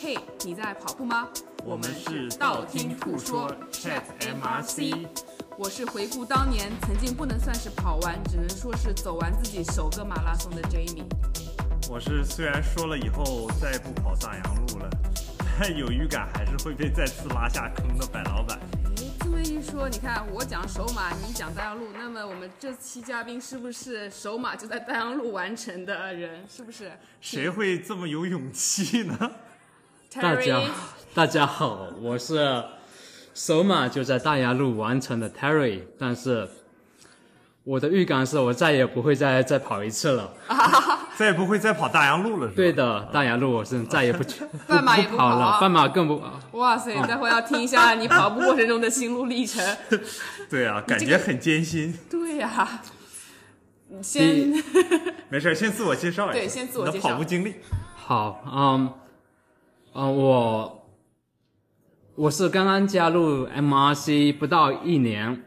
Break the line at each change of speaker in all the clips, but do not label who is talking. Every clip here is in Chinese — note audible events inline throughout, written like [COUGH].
嘿，你在跑步吗？
我们是道听途说 Chat MRC。
我是回顾当年曾经不能算是跑完，只能说是走完自己首个马拉松的 Jamie。
我是虽然说了以后再也不跑大洋路了， [LAUGHS] 但有预感还是会被再次拉下坑的白老板。
哎，这么一说，你看我讲首马，你讲大洋路，那么我们这期嘉宾是不是首马就在大洋路完成的人？是不是？
谁会这么有勇气呢？
大家
Terry，
大家好，我是首马就在大洋路完成的 Terry，但是我的预感是我再也不会再再跑一次了。
再也不会再跑大洋路了，是吧？
对的，大洋路我是再也
[LAUGHS]
不去不
半马也不
不
跑啊
了，半马更不。
哇
啊
塞，待会儿要听一下你跑步过程中的心路
[LAUGHS]
历程。
对啊，感觉很艰辛。
对呀、你先
没事，先自我介绍一下，
对先自我介绍
你的跑步经历。
好，嗯，嗯，我我是刚刚加入 MRC 不到一年，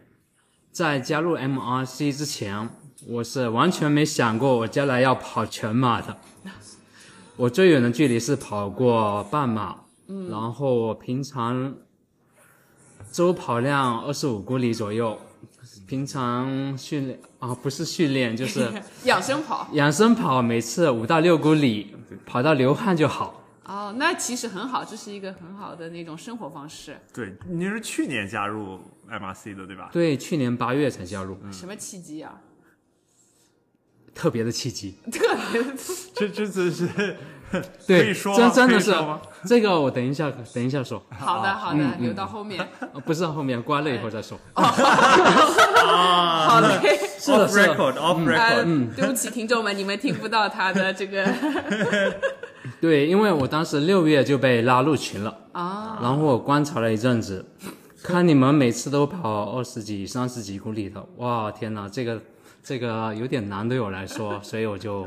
在加入 MRC 之前，我是完全没想过我将来要跑全马的。我最远的距离是跑过半马，嗯，然后我平常周跑量二十五公里左右，平常训练啊，不是训练就是
[LAUGHS] 养生跑
养生跑每次五到六公里，跑到流汗就好。
哦，那其实很好，这是一个很好的那种生活方式。
对，你是去年加入 MRC 的，对吧？
对，去年八月才加入，
嗯
什么契机啊？
特别的契机。
特别
这这这是
对，
可以说吗
真真的是
可以说吗
这个，我等一下等一
[LAUGHS]
下说，
好的，好
嗯
的，留到后面。
呃不是后面关了以后再说。
好嘞，
是的
off
是的
record，off
呃
嗯 record。，嗯
对不起，听众们，你们听不到他的这
[LAUGHS]
个
对，因为我当时六月就被拉入群了，
啊，
然后我观察了一阵子，看你们每次都跑二十几、三十几公里的，哇，天哪，这个这个有点难对我来说，所以我就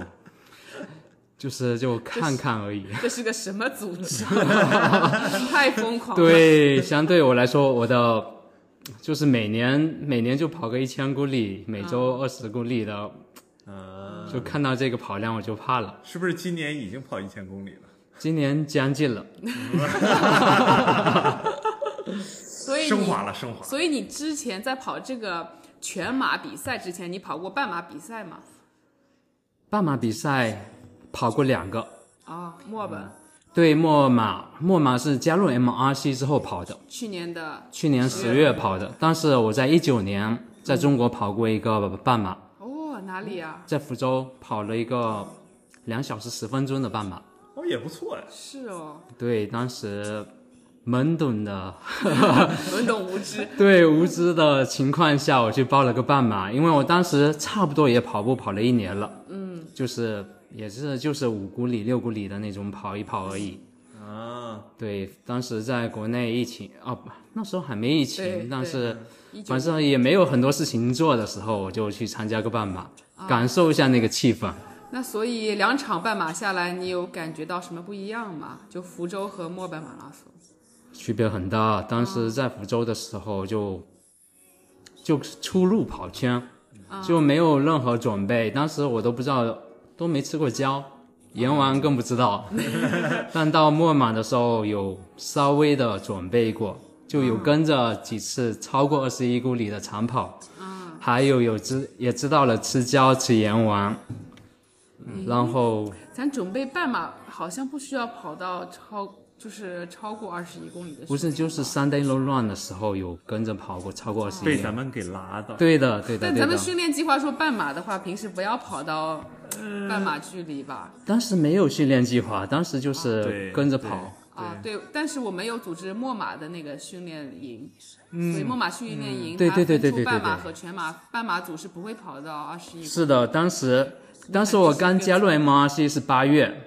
就是就看看而已。
这是个什么组织？啊
[LAUGHS]
太疯狂了。，
[LAUGHS] 对，相对我来说，我的就是每年每年就跑个一千公里，每周二十公里的，
嗯，
就看到这个跑量我就怕了。
是不是今年已经跑一千公里了？
今年将近了，
所以
升
你，
华了，升华了。
所以你之前在跑这个全马比赛之前，你跑过半马比赛吗？
半马比赛跑过两个，
啊，墨尔
嗯
本
对，墨马墨马是加入 MRC 之后跑的，
去年的
去年十月跑的，但是我在一九年在中国跑过一个半马，
哦，哪里啊？
在福州跑了一个两小时十分钟的半马，
哦，也不错哎。
是哦，
对，当时懵懂的。
懵懂无
[LAUGHS]
知。
[LAUGHS] 对无知的情况下，我去报了个半马，因为我当时差不多也跑步跑了一年了，嗯，就是也是就是五公里、六公里的那种跑一跑而已。
啊，
对，当时在国内疫情哦，不那时候还没疫
对
情，但是
一九
反正也没有很多事情做的时候，我就去参加个半马，感受一下那个气氛。
那所以两场半马下来，你有感觉到什么不一样吗？就福州和墨尔本马拉松。
区别很大。当时在福州的时候就就初入跑圈，就没有任何准备，当时我都不知道，都没吃过胶，盐丸更不知道。但到墨马的时候有稍微的准备过，就有跟着几次超过二十一公里的长跑，还有有知也知道了吃胶吃盐丸，然后
咱准备半马好像不需要跑到超，就是超过二十一公里的时间。
不是就是三 day low run 的时候有跟着跑过超过二十一
被。咱们给拉到。
嗯对的，对的，
但
对
咱
的
们。训练计划说半马的话，平时不要跑到半马距离吧？
当时没有训练计划，当时就是
对
跟着跑。
啊，对。但是我们有组织墨马的那个训练营，所以墨马训练营
嗯对
它
对对
分
对
出
对对
半马
对
和全马，半马组是不会跑到二十一。
是的，当时当时我刚加入 MRC 是八月，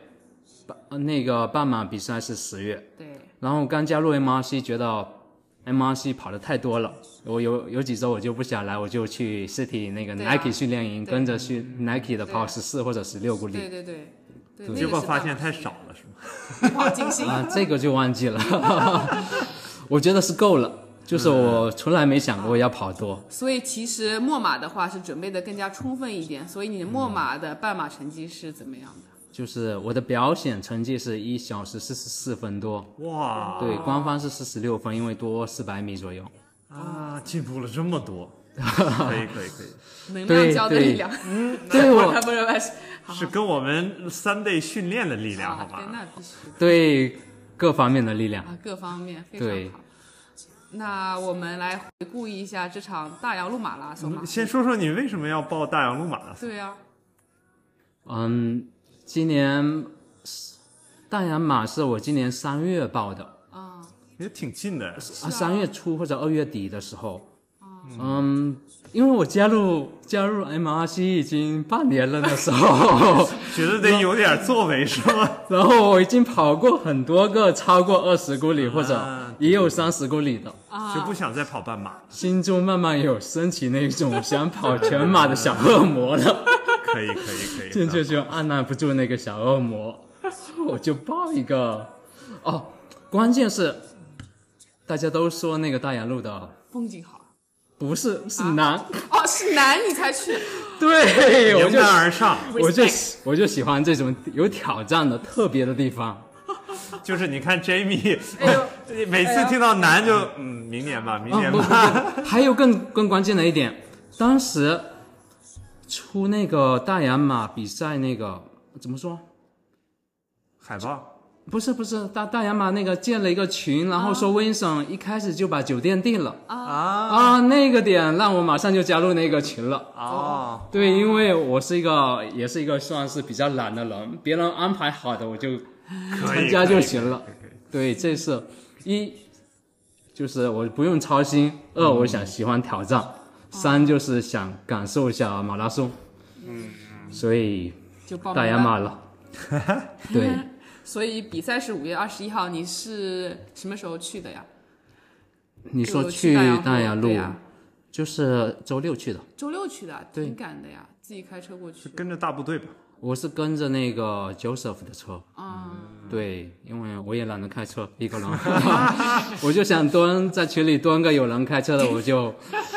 八那个半马比赛是十月，
对，
然后刚加入 MRC 觉得哎 MRC 跑的太多了，我有有几周我就不想来，我就去 City 那个
对啊
Nike 训练营、
对
跟着训 Nike 的
对啊
跑十四或者十六公
对
里。
对对对。那个
结果
是半
发
马
现太
训练
少了，是吗？
跑金星。
啊，这个就忘记了， [LAUGHS] 我觉得是够了，就是我从来没想过要跑多。
所以其实墨马的话是准备的更加充分一点，所以你的墨马的半马成绩是怎么样的？
就是我的表演成绩是一小时四十四分多，
哇，
对，官方是四十六分，因为多四百米左右。
啊，进步了这么多，
[LAUGHS]
可以可以可以，
能量交的力量，
嗯
[LAUGHS]
对
不是
我，
不是不是，好
是跟我们三倍训练的力量，好
对，
吧？
那必须
对各方面的力量。
啊，各方面非
对
常好。那我们来回顾一下这场大洋路马拉松吧。
嗯先说说你为什么要报大洋路马拉松？
对啊呀、
嗯，今年大洋马是我今年三月报的，
啊，啊，
也挺近的，
啊，三月初或者二月底的时候。嗯，因为我加入加入 MRC 已经半年了那时候，
觉得得有点作为是吗？
然后我已经跑过很多个超过二十公里或
啊
者也有三十公里的，
就不想再跑半马，
心中慢慢有升起那种想跑全马的小恶魔了，
可以可以可以，
[LAUGHS] 这就就按捺不住那个小恶魔，我就报一个。哦，关键是大家都说那个大洋路的
风景好。啊
不是是难，
哦，是男你才去，
[LAUGHS] 对，我
迎
就
难而上，
我就
Respect
喜我就喜欢这种有挑战的特别的地方。
就是你看 Jamie，、
哎呦
[LAUGHS] 每次听到难就、嗯，明年吧，明
啊
年
不不
吧，
不， [LAUGHS] 还有更更关键的一点，当时出那个大洋马比赛那个怎么说？
海报
不是不是，大大洋马那个建了一个群，然后说 Vincent 一开始就把酒店定了
啊
啊，那个点让我马上就加入那个群了。
哦，
对，因为我是一个也是一个算是比较懒的人，别人安排好的我就
可以
参加就
可以
行了
可以可以可以
对，这是一，就是我不用操心；二，我想喜欢挑战；
嗯
三，就是想感受一下马拉松。嗯，所以
就报名
大
了
洋马。了。 [LAUGHS] 对，
所以比赛是五月二十一号，你是什么时候去的呀？
你说
有
去大
大
洋
对
路，
呀
就是周六去的。
周六去的，
对
挺赶的呀，自己开车过去
就。跟着大部队吧，
我是跟着那个 Joseph 的车，
哦
嗯，
对，因为我也懒得开车，一个
[LAUGHS]
人， [LAUGHS] 我就想蹲在群里蹲个有人开车的，我就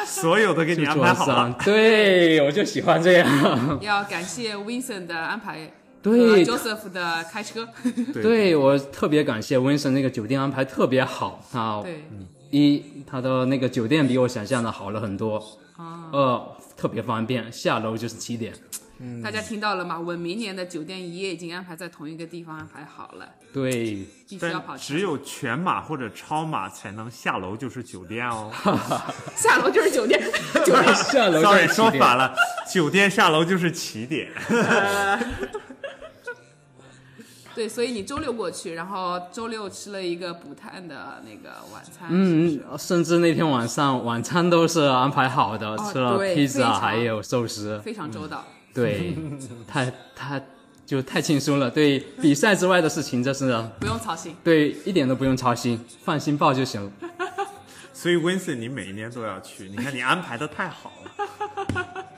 所有的给 [LAUGHS]
去
你安
桌
排好了
上。。对，我就喜欢这样。
要感谢 Vincent 的安排，
啊
对
和 Joseph 的开
[LAUGHS]
车，
对
对我特别感谢温森那个酒店安排特别好，他
对，
一他的那个酒店比我想象的好了很多，
哦
啊，
二特别方便，下楼就是起点。嗯
大家听到了吗？我明年的酒店一夜已经安排在同一个地方安排好了，
[LAUGHS]
对，
必须要跑
但
车
只，有全马或者超马才能下楼就是酒店哦。
下楼就是酒店，酒店
下楼就
sorry，
是
说
起
反
点。
了，酒店下楼就是起点。
[LAUGHS] 对，所以你周六过去，然后周六吃了一个补碳的那个晚餐，
嗯，甚至那天晚上晚餐都是安排好的，
哦
吃了
对
披
非
萨
常
还有寿司，
非常周到。
对，
[LAUGHS]
太太就太轻松了。对比赛之外的事情，这是
不用操心。
对一点都不用操心，放心报就行了。
所以 Vincent，你每一年都要去，你看你安排的太好了。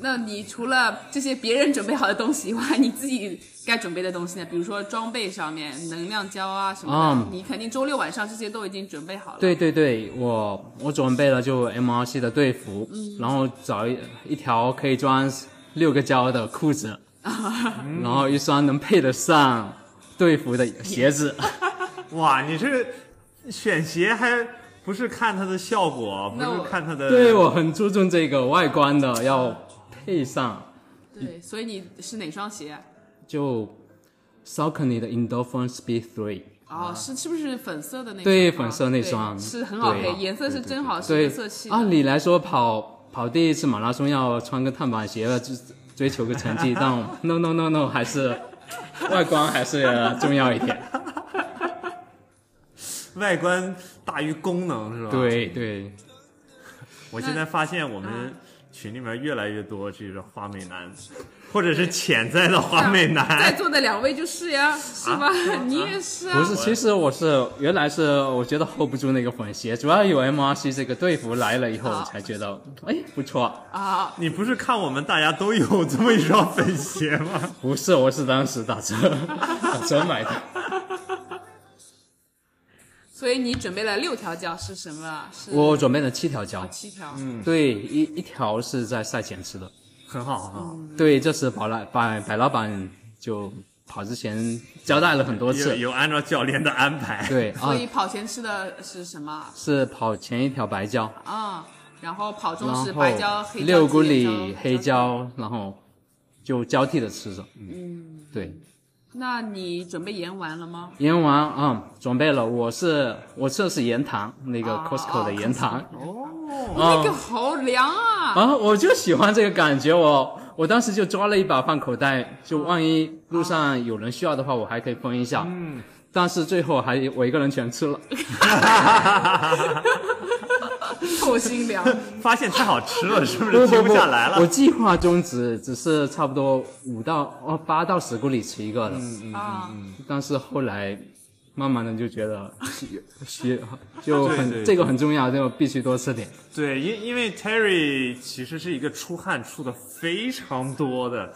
那你除了这些别人准备好的东西以外，你自己该准备的东西呢？比如说装备上面、能量胶啊什么的，
嗯
你肯定周六晚上这些都已经准备好了。
对，对对，我我准备了就 MRC 的队服，
嗯
然后找一一条可以装六个胶的裤子，
啊
然后一双能配得上队服的鞋子。
嗯
哇，你这选鞋还不是看它的效果，不
那我
是看它的
对我很注重这个外观的，要配上嗯
对，所以你是哪双鞋？
啊就 Saucony 的 Endorphin Speed Three。
哦，是是不是粉色的那双？
对
啊
粉色那
对
双
是很好配，
对
颜色是真好，是
对啊
个色系，的。
按理来说跑跑第一次马拉松要穿个碳板鞋了，追追求个成绩，但 [LAUGHS] no no no no 还是外观还是重要一点。
外观大于功能是吧？，
[LAUGHS] 对对，
我现在发现我们群里面越来越多这种花美男， [LAUGHS] 或者是潜在的花美
在
男。
座的两位就是呀，是吧？ [LAUGHS] 你也是啊
啊不。是，其实我是原来是我觉得 hold 不住那个混鞋，主要有 MRC 这个队服来了以后，
好
我才觉得哎不错。
啊，
你不是看我们大家都有这么一双粉鞋吗？
不是，我是当时 [LAUGHS] 打折打折买的。
所以你准备了六条胶是什么？是
我嗯准备了七条胶，
七条。
对，一一条是在赛前吃的。嗯
很好，很好。
对，这是百老百百老板就跑之前交代了很多
有
次。
有按照教练的安排，
[LAUGHS]
对啊
所，以跑前吃的是什么
是跑前一条白胶，
啊、然后跑中
然
是
后
白椒、黑椒、
六
紫
公
椒
里黑。椒，然后就交替的吃着。嗯，对。
那你准备盐完了吗？
盐丸啊、准备了，我是我吃的是盐糖，那个
啊
Costco 的盐糖，哦
那个好凉啊！
然后我就喜欢这个感觉，我我当时就抓了一把放口袋，就万一路上有人需要的话，我还可以分一下。嗯，但是最后还我一个人全吃了，
[LAUGHS] 透心凉。
[LAUGHS] 发现太好吃了，是不是停不下来
我
了？
计划中止只是差不多五到哦八到十公里吃一个的，嗯
啊，
但是后来慢慢的就
[LAUGHS]
觉得学学就
对
很
对
这个很重要，就必须多吃点。
对，因因为 Terry 其实是一个出汗出的非常多的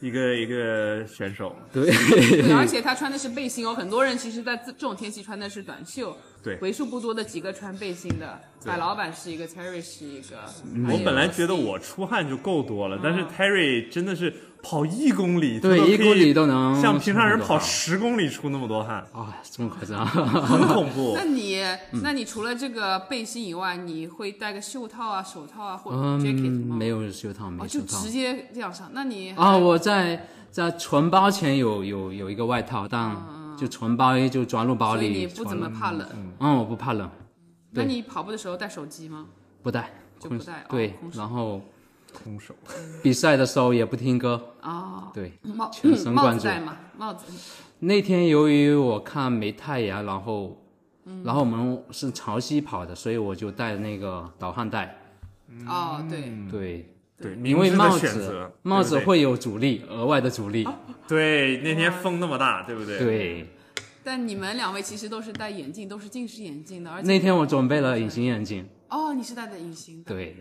一个一个选手，
对，
[LAUGHS] 对，而且他穿的是背心哦，很多人其实在这种天气穿的是短袖，
对
为数不多的几个穿背心的。白老板是一个，Terry 是一个。还
嗯
嗯
我
有
本来觉得我出汗就够多了，但是 Terry 真的是跑一公里，
对
他都可以
一公里都能
像平常人
出那么多
跑
汗
十公里出那么多
[LAUGHS]
汗，
啊，这么夸
[LAUGHS]
张？
很恐怖
那。你，
嗯
那你除了这个背心以外，你会戴个袖套啊、手套啊，或者
嗯
jacket 吗？，
没有袖套，没
哦，
袖
就
套。
直接这样上。那你
啊，我在在存包前有有有一个外套，但就存包就装入包
啊所以
里
你不怎
存
么
了。
怕冷？
嗯，我不怕冷，
那
对
你跑步的时候带手机吗？
不带。
就
空
不带哦
对
空，手
然后
空手，
比赛的时候也不听歌。
哦，
对，
帽
全神
帽
贯
子
注
戴嘛，帽子。
那天由于我看没太阳，然后然后我们是潮汐跑的，所以我就带那个导航带。
嗯
哦，对，
对，
对，
因
明智
为
的
帽
选择
子帽子
对不
会有阻力，额外的阻力。
对对那天风那么大，对不对？
对，
但你们两位其实都是戴眼镜，都是近视眼镜的，而且
那天我准备了隐形眼镜。
哦，你是戴的隐形的，
对。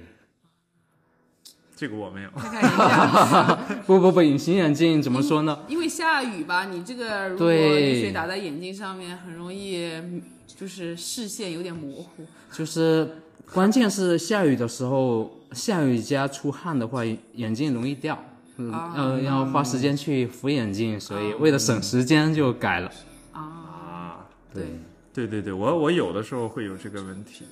这个我没有。
[LAUGHS]
看看人家，
不不不，隐形眼镜怎么说呢？
因为下雨吧，你这个如果
对
雨水打在眼睛上面，很容易就是视线有点模糊。
就是关键是下雨的时候，下雨加出汗的话，眼镜容易掉，嗯，
啊
呃，要花时间去扶眼镜，所以为了省时间就改了。
啊，
对，
对对对，我我有的时候会有这个问题，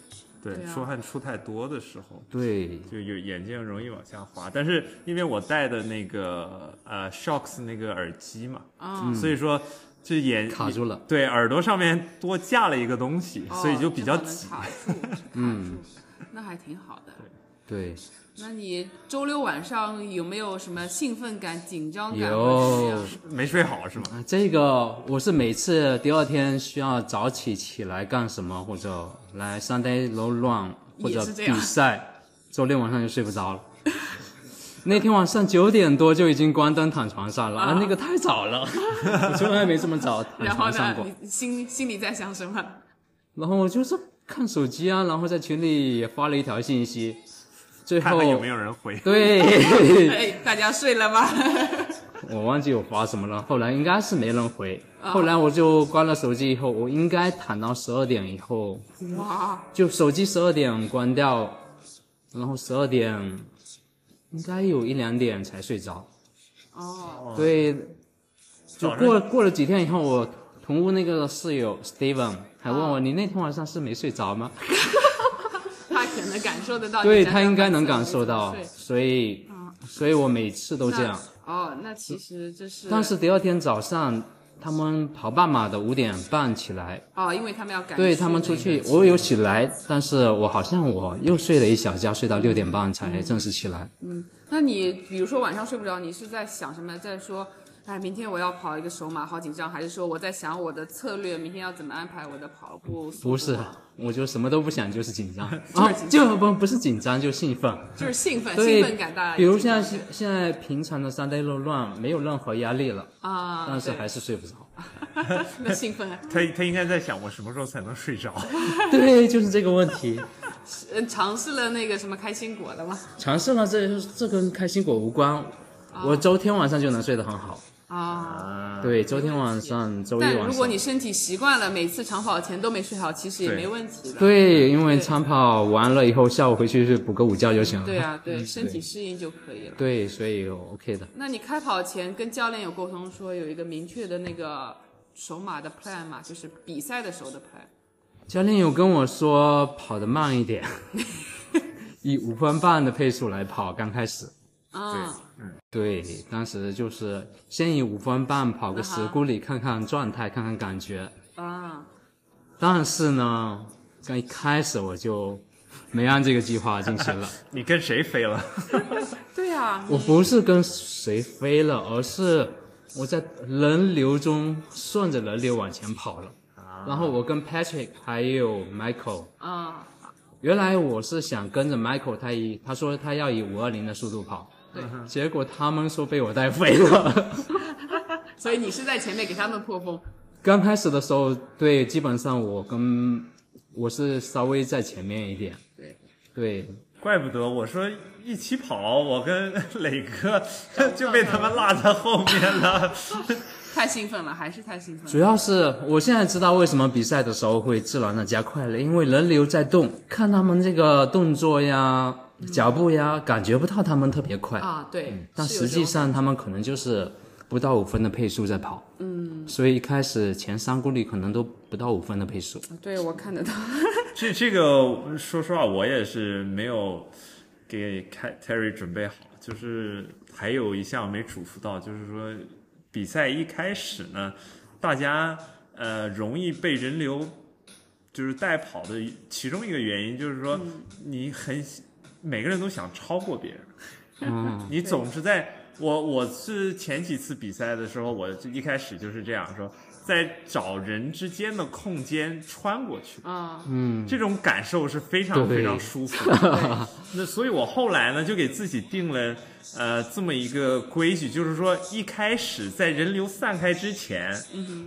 对，
对啊
出汗出太多的时候，
对，
就有眼镜容易往下滑。但是因为我戴的那个呃 Shocks 那个耳机嘛，
啊
所以说这眼
卡住了。
对，耳朵上面多架了一个东西，
哦
嗯所以就比较
正好
挤。
能卡住，卡
嗯
住，那还挺好的。
对，
那你周六晚上有没有什么兴奋感、紧张感？
有
或者是这样
没睡好是吗？
啊，这个我是每次第二天需要早起起来干什么，或者来 Sunday low run 或
也
者
是这
比
样
赛，周六晚上就睡
[LAUGHS]
不着了。那天晚上九点多就已经关灯躺床上了啊，那个太早了，我从来没这么早躺
[LAUGHS] 然后
床上过
呢，。你心心里在想什么？
然后我就是看手机啊，然后在群里也发了一条信息，最后
看看有没有人回。
对， [LAUGHS]
哎，大家睡了吗？ [LAUGHS]
我忘记我发什么了，后来应该是没人回。
啊
后来我就关了手机以后，我应该躺到十二点以后，
哇，
就手机十二点关掉，然后十二点应该有一两点才睡着。
哦，
对，就
早上
过过了几天以后，我同屋那个室友 Steven 还问
啊
我：“你那天晚上是没睡着吗？”
他可能感受得到你在那
对
儿睡，
他应该能感受到，
睡
所以，所以我每次都这样。
嗯那哦，那其实这是，
但是第二天早上，他们跑半马的五点半起来，
哦，因为他们要赶，
对他们出，去，我有起来，但是我好像我又睡了一小觉，睡到六点半才正式起来。
嗯那你比如说晚上睡不着，你是在想什么？在说，哎，明天我要跑一个首马，好紧张，还是说我在想我的策略，明天要怎么安排我的跑步？
不是，
嗯
我就什么都不想，就是紧
[LAUGHS]
张
就是
啊
紧张，
就不不是紧张，就兴奋。
[LAUGHS] 就是兴奋，
对
啊兴奋感大。
比如现在现现在平常的三 day 路乱，没有任何压力了，
啊，
但是
对
还是
[LAUGHS]
睡不着。
那兴奋啊，
他他应该在想我什么时候才能
[LAUGHS]
睡着。
对，就是这个问题。
呃尝试了那个什么开心果了吗？
尝试了，这这跟开心果无关。我周天晚上就能睡得很好，
啊。
啊，
对，周天晚上，周一晚
但
上。
如果你身体习惯了，每次长跑前都没睡好，其实也
对
没问题的。
对，因为长跑完了以后，下午回去是补个午觉就行了。
对啊，对，身体适应就可以了。
对，所以 OK 的。
那你开跑前跟教练有沟通，说有一个明确的那个首马的 plan 嘛，就是比赛的时候的 plan。
教练有跟我说跑得慢一点， [LAUGHS] 以五分半的配速来跑，刚开始。
啊，
对，当时就是先以五分半跑个十公里，看看状态，看看感觉。
啊，
但是呢，刚一开始我就没按这个计划进行了。
你跟谁飞了？
对啊，
我不是跟谁飞了，而是我在人流中顺着人流往前跑了。然后我跟 Patrick 还有 Michael，
啊，
原来我是想跟着 Michael，他以他说他要以五二零的速度跑，
对，
结果他们说被我带飞了。
所以你是在前面给他们破风。
刚开始的时候，对，基本上我跟我是稍微在前面一点，
对，
对，
怪不得我说一起跑，我跟
[LAUGHS]
磊哥就被他们落在后面了。
太兴奋了，还是太兴奋
主
了。
要是我现在知道为什么比赛的时候会自然的加快了，因为人流在动，看他们这个动作呀、脚步呀，感觉不到他们特别快，
啊，对，
嗯但
是有
实际
这种
上他们可能就是不到五分的配速在跑。嗯，所以一开始前三公里可能都不到五分的配速。
对我看得到，
这这个说实话，我也是没有给凯 Terry 准备好，就是还有一项没嘱咐到，就是说比赛一开始呢，大家呃容易被人流就是带跑的其中一个原因，就是说你很每个人都想超过别人，
嗯，
[LAUGHS] 你总是在我我是前几次比赛的时候，我就一开始就是这样说，在找人之间的空间穿过去。
[LAUGHS]
啊，
这种感受是非常
对
非常舒服
[LAUGHS]
的。那所以我后来呢，就给自己定了呃这么一个规矩，就是说一开始在人流散开之前，
嗯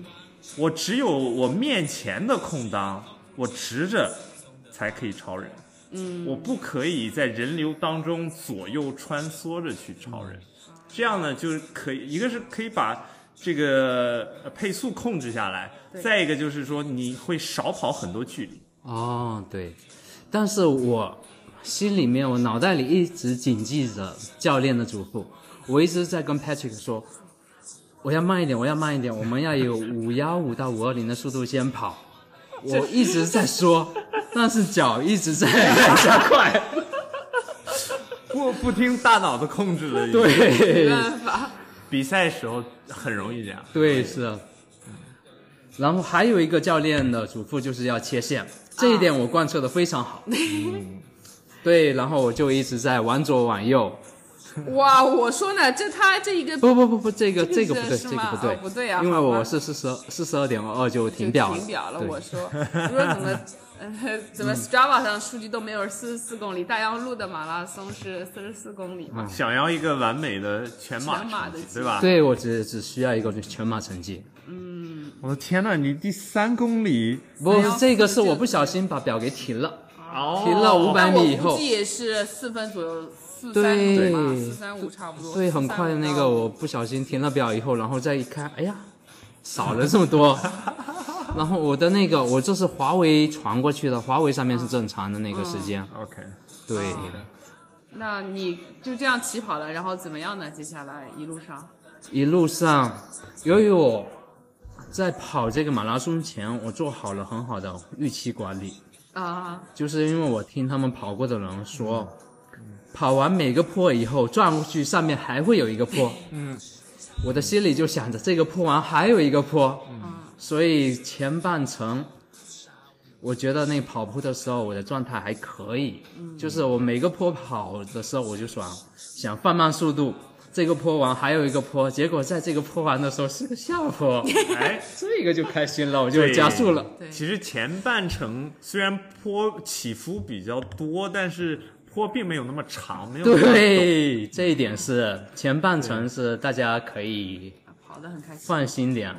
我只有我面前的空当，我直着才可以超人。嗯，我不可以在人流当中左右穿梭着去超人，
嗯
这样呢就是可以，一个是可以把这个呃配速控制下来，再一个就是说你会少跑很多距离。
哦，对，但是我心里面，我脑袋里一直谨记着教练的嘱咐，我一直在跟 Patrick 说，我要慢一点，我要慢一点，我们要有五幺五到五二零的速度先跑。我一直在说，但是脚一直在加快。
不不听大脑的控制了。，
没
对，
办法，
比赛时候很容易这样。
对，是的。然后还有一个教练的嘱咐就是要切线，这一点我贯彻的非常好。嗯对，然后我就一直在往左往右。
哇，我说呢，这他这一个
不不不不，这个
这
这个
个
不对，
是
这个
吗
不对，
哦不对啊
因为
好吧
我是四十四十二点二就 [LAUGHS] 停
就
表了，
停表了。
对嗯
我说，我说怎么， [LAUGHS] 呃，怎么 Strava 上数据都没有四十四公里，大洋路的马拉松是四十四公里嘛？
想要一个完美的全马
全马
成绩
的
对吧？
对我只只需要一个全马成绩。
哎
我的天呐，你第三公里
不
要，
这个是
就
我不小心把表给停了，
哦
停了500
哎但我
米以
估
后
计也是四分左右，四三
对
五嘛，四三五差不多。
所以很快的那个
435
我不小心停了表以后，然后再一看，哎呀，少了这
[LAUGHS]
么多。然后我的那个我这是华为传过去的，华为上面是正常的那个时间，
嗯
，OK，
对。
那你就这样起跑了，然后怎么样呢？接下来一路上，
一路上，由于我在跑这个马拉松前，我做好了很好的预期管理，
啊、
就是因为我听他们跑过的人说，跑完每个坡以后转过去，上面还会有一个坡。嗯，我的心里就想着这个坡完还有一个坡。嗯，所以前半程，我觉得那跑步的时候我的状态还可以，就是我每个坡跑的时候我就想想放慢速度。这个坡完还有一个坡，结果在这个坡完的时候是个下坡， [LAUGHS]
哎，
这个就开心了，我就加速了。
对
其实前半程虽然坡起伏比较多，但是坡并没有那么长，没有那么陡
[LAUGHS] 对，这一点是前半程是大家可以
跑得很开心。
放心点，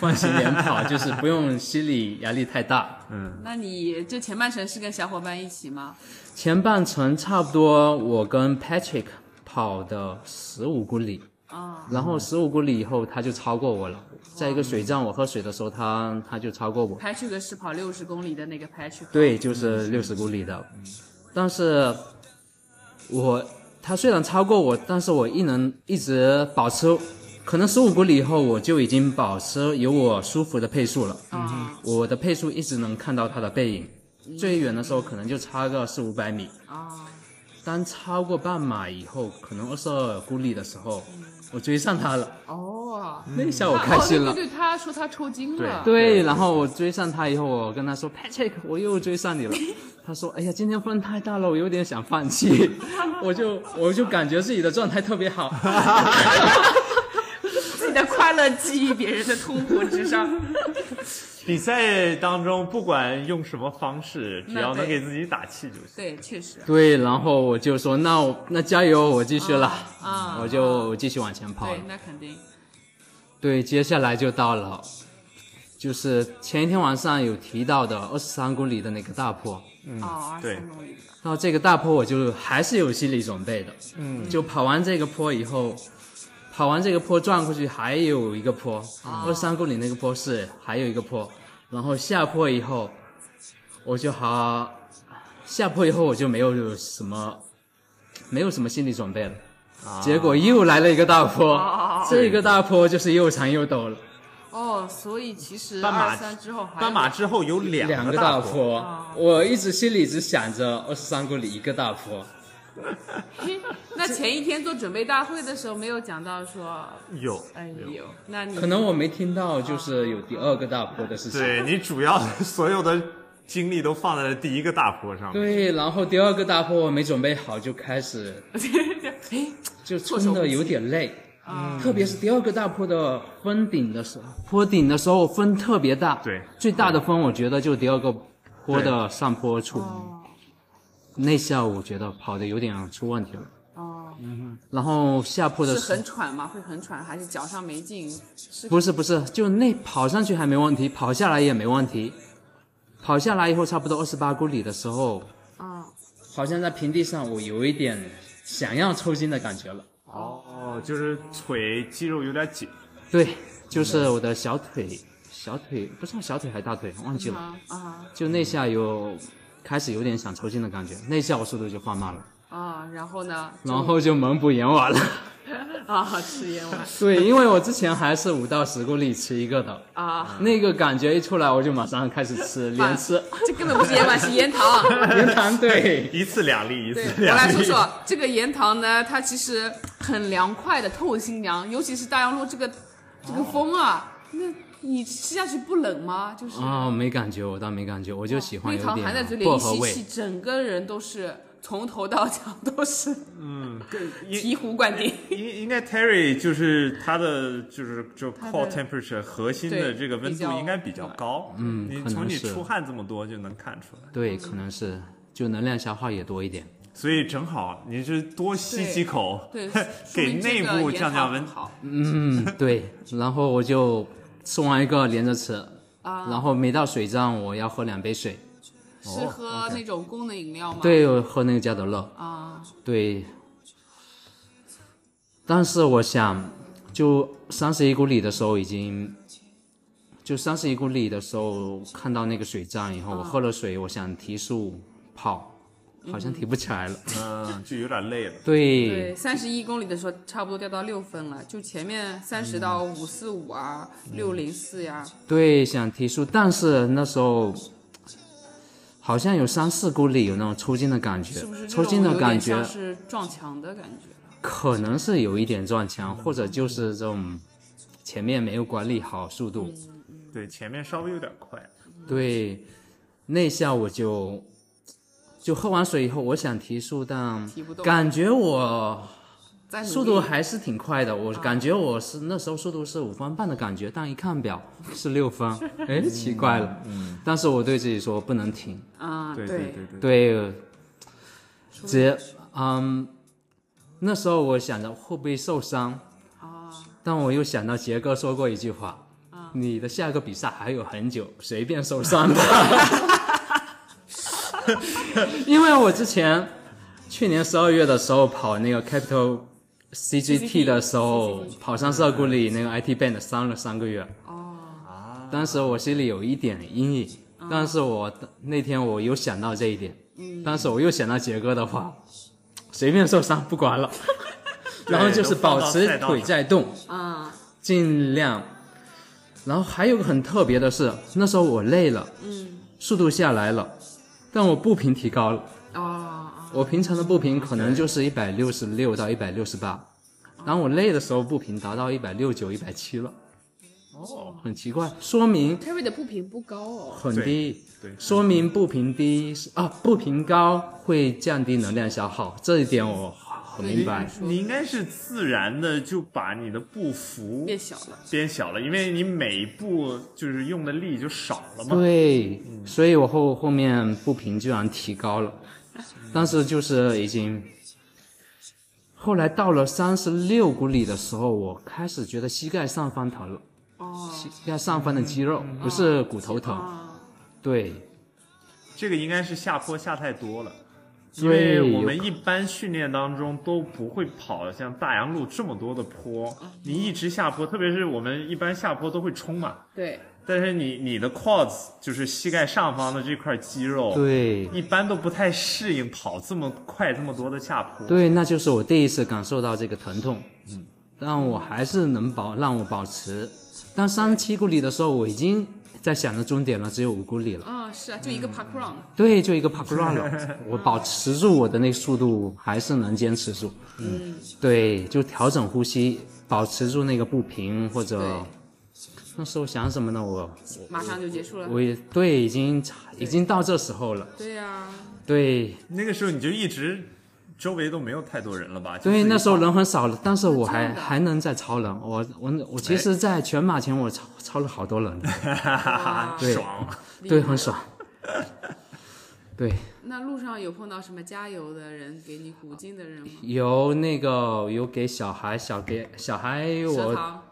放心点跑，就是不用心理压力太大。
那你这前半程是跟小伙伴一起吗？
前半程差不多，我跟 Patrick 跑的十五公里，
啊、啊，
然后十五公里以后他就超过我了，在一个水站我喝水的时候，他他就超过我。
Patrick 是跑六十公里的那个 Patrick，
对，就是六十公里的。但是我，他虽然超过我，但是我一能一直保持，可能十五公里以后我就已经保持有我舒服的配速了。
啊
我的配速一直能看到他的背影，最远的时候可能就差个四五百米。
啊，
当超过半马以后，可能二十二公里的时候，我追上他了，
哦，
那一下
他
我开心了。
[LAUGHS] 哦对对对，他说他抽筋了，
对，然后我追上他以后，我跟他说 Patrick，我又追上你了。他说：“哎呀，今天风太大了，我有点想放弃。” [LAUGHS] 我就我就感觉自己的状态特别好。 [LAUGHS]
自己的快乐基于别人的痛苦之上，
[LAUGHS]
比赛当中不管用什么方式，只
那
要能
对
给自己打气就行。
对，确实
对，然后我就说：“那我那加油，我继续了。
啊，
我就继续往前跑了
对，。那肯定
对，接下来就到了，就是前一天晚上有提到的二十三公里的那个大坡。
哦，二
对
三公里，
然后这个大坡我就还是有心理准备的，嗯，就跑完这个坡以后，跑完这个坡转过去还有一个坡，二三公里那个坡是还有一个坡，然后下坡以后，我就好，下坡以后我就没有什么，没有什么心理准备了，结果又来了一个大坡，
哦
[LAUGHS] 这个大坡就是又长又陡了，
哦，所以其实
斑马
二三之后还有
斑马之后有
两
两
个
大
大，坡，我一直心里只想着二十三公里一个大坡。
那前一天做准备大会的时候没有讲到说，
有
哎呦，那你
可能
[LAUGHS]
我没听到，就是有第二个大坡 [LAUGHS] 的事情。
对你主要所有的精力都放在了第一个大坡上面。
对然后第二个大坡我没准备好，就开始
哎
就冲的有点累，
啊
特别是第二个大坡的峰顶的时候，坡顶的时候风特别大，
对
最大的风我觉得就第二个坡的上坡处，那下我觉得跑的有点出问题了。嗯
哦，
然后下坡的
是
时候
很喘吗？会很喘，还是脚上没劲？是
不是不是，就那跑上去还没问题，跑下来也没问题，跑下来以后差不多二十八公里的时候，
啊，
好像在平地上，我有一点想要抽筋的感觉了。
哦，就是腿肌肉有点紧。
对，就是我的小腿，小腿不知道小腿还是大腿，忘记了。
啊啊
就那下有开始有点想抽筋的感觉，那下我速度就放慢了，
啊！然后呢？
然后就猛补延晚了。
啊，吃烟丸
[LAUGHS] 对，因为我之前还是五到十公里吃一个的，
啊，
那个感觉一出来我就马上开始吃，连 [LAUGHS] 吃
这根本不是烟丸，是烟糖。
[LAUGHS] 连糖。对，
一次两粒，一
对
次
我
两
来
粒。
说说这个盐糖呢，它其实很凉快的，透心凉，尤其是大洋路这个这个风啊，
哦
那你吃下去不冷吗？就是、
啊、没感觉，我倒没感觉，我就哦喜欢
那个
有
糖含在嘴
点
里
薄
一
荷
吸
味
气，。整个人都是从头到脚都是醍醐灌顶。
应应该 Terry 就是他的就是就
他的
core temperature 核心的这个温
比
度
较
应该比较高，嗯你
可能
从你
是
出汗这么多就能看出来，
对，可能是就能量消耗也多一点。
所以正好你就是多吸
对
几口， [LAUGHS]
对
给内部降降
说明这个
温
盐糖很。好
嗯，对。然后我就吃完一个连着吃，
啊
然后每到水站我要喝两杯水。
[LAUGHS]
哦
是喝那种功能饮料吗？
对，我喝那个加德乐。
啊，
对。但是我想，就三十一公里的时候已经，就三十一公里的时候看到那个水站以后，我
啊
喝了水，我想提速跑，好像提不起来了。
嗯，就有点累了。
对
对，三十一公里的时候差不多掉到六分了，就前面三十
嗯
到五四五啊，六零四呀，
对，想提速，但是那时候好像有三四公里有那种抽筋的感
嗯
觉，
是不是这
抽
种
筋的
有
感
点
觉
像是撞墙的感觉？
可能是有一点撞墙，或者就是这种前面没有管理好速度。
对，前面稍微有点快，
对，那下我就就喝完水以后，我想提速，但
提不动
感觉我
在努力
速度还是挺快的，我感觉我是那时候速度是五分半的感觉，但一看表是
[LAUGHS]
六分，哎，奇怪了。嗯，但是我对自己说不能停。
啊，
对对对对，
对，呃直嗯，那时候我想着会不会受伤，
啊
但我又想到杰哥说过一句话，你的下个比赛还有很久，随便受伤吧。因为我之前去年十二月的时候跑那个 Capital CGT 的时候
CGT
跑上社谷里那个 IT band 上了三个月，
哦，
啊，
当时我心里有一点阴影，但是我那天我又想到这一点，但是我又想到杰哥的话，随便受伤不管了，
对
然后就是
都放
保
到
持
赛道
腿
上
在动，
啊，
尽量。然后还有个很特别的是，那时候我累了，
嗯，
速度下来了，但我步频提高了。
哦哦，
我平常的步频可能就是一百六十六到一百六十八，然后我累的时候步频达到一百六九、一百七了，
哦，
很奇怪，说明
Terry 的步频不高哦，
很低，
对对
说明步频低是啊，步频高会降低能量消耗，这一点我很
对
明白。
你应该是自然的就把你的步幅
变小了，
变小了，因为你每一步就是用的力就少了嘛。
对，
嗯
所以我后后面步频居然提高了，但是就是已经，后来到了三十六公里的时候，我开始觉得膝盖上方疼了，
哦，
膝盖上方的肌肉
嗯
不是骨头疼，
啊，
对，
这个应该是下坡下太多了。因
对
为我们一般训练当中都不会跑像大洋路这么多的坡，你一直下坡，特别是我们一般下坡都会冲嘛，
对，
但是你你的 quads 就是膝盖上方的这块肌肉，，
对
一般都不太适应跑这么快这么多的下坡。
对，那就是我第一次感受到这个疼痛，嗯，但我还是能保让我保持，当三七公里的时候，我已经在想着终点了，只有五公里了。
啊，是啊，就一个
嗯
park run，
对，就一个 park run 了，我保持住我的那速度，还是能坚持住。
嗯，
对，就调整呼吸，保持住那个步频，或者
对
那时候想什么呢？我
马上就结束了，
我也对，已经已经到这时候了。
对
[LAUGHS]
呀，
对
那个时候你就一直周围都没有太多人了吧？就自
对，
己
那时候人很少了，但是我
这
还
样的哎
还能再超人。我我我其实，在全马前我超超了好多人的，
哇
对
爽。
对，很爽。对，
那路上有碰到什么加油的人，给你鼓劲的人吗？
有那个有给小孩，小给小孩我
食堂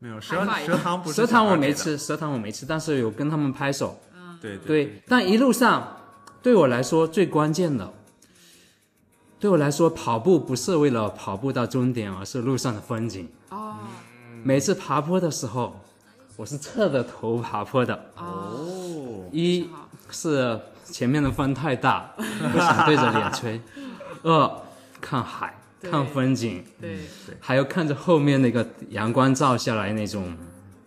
没有蛇
High five
蛇糖不是
蛇糖我
小孩给
没
的，
吃，蛇糖我没吃，但是有跟他们拍手。
对
对，但一路上对我来说最关键的，对我来说跑步不是为了跑步到终点，而是路上的风景。
哦
嗯
每次爬坡的时候，我是侧着头爬坡的，
哦，
哦，
一
好
是前面的风太大，不想对着脸吹； [LAUGHS] 二看海，
对
看风景，
对，
还有看着后面那个阳光照下来那种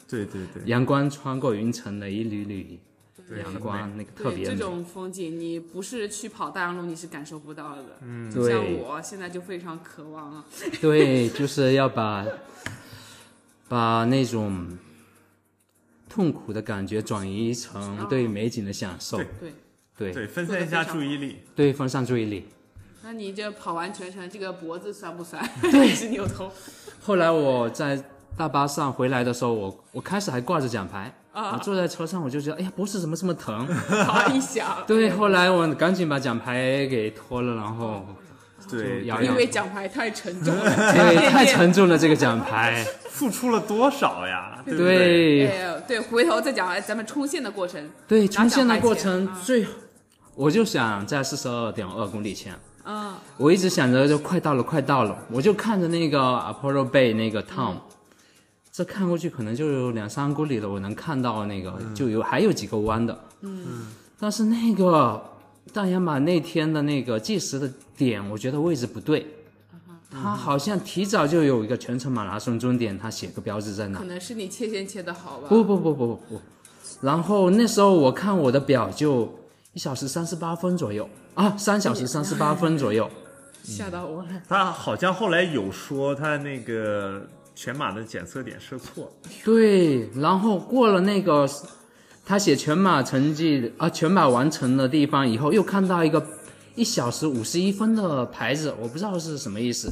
对对对
阳光穿过云层的一缕缕
对，
阳
很
光，
美
那个特
对
别
这
美。
种风景，你不是去跑大洋路，你是感受不到的。嗯，
对
像我现在就非常渴望啊。
对，就是要把把那种痛苦的感觉转移成对美景的享受，
对，
对
啊对，分散一下注意力。
对分散注意力。
那你这跑完全程，这个脖子酸不酸？ [LAUGHS] 对，一直扭头
后来我在大巴上回来的时候，我我开始还挂着奖牌，
啊
我坐在车上我就觉得，哎呀，脖子怎么这么疼？
好一想，
对，后来我赶紧把奖牌给脱了，然后
对，
摇
因
摇
为奖牌太沉重了，
[LAUGHS]
啊
对，太沉重了这个奖牌，
付出了多少呀？ [LAUGHS] 对不对？
对
哎，对，回头再讲咱们冲线的过程。
对，冲线的过
拿
程
奖牌前嗯
最，我就想在四十二点二公里前。
嗯，
我一直想着就快到了，快到了，我就看着那个 Apollo Bay 那
嗯
个 town，、这看过去可能就有两三公里了，我能看到那个、就有还有几个弯的，嗯，但是那个大洋马那天的那个计时的点，我觉得位置不对，
嗯
它好像提早就有一个全程马拉松终点，它写个标志在那
可，能是你切线切的好吧？
不不不不不不，然后那时候我看我的表就一小时三十八分左右啊，三小时三十八分左右。
吓到我了。
他好像后来有说他那个全马的检测点设错了。
对，然后过了那个，他写全马成绩啊，全马完成的地方以后，又看到一个一小时五十一分的牌子，我不知道是什么意思。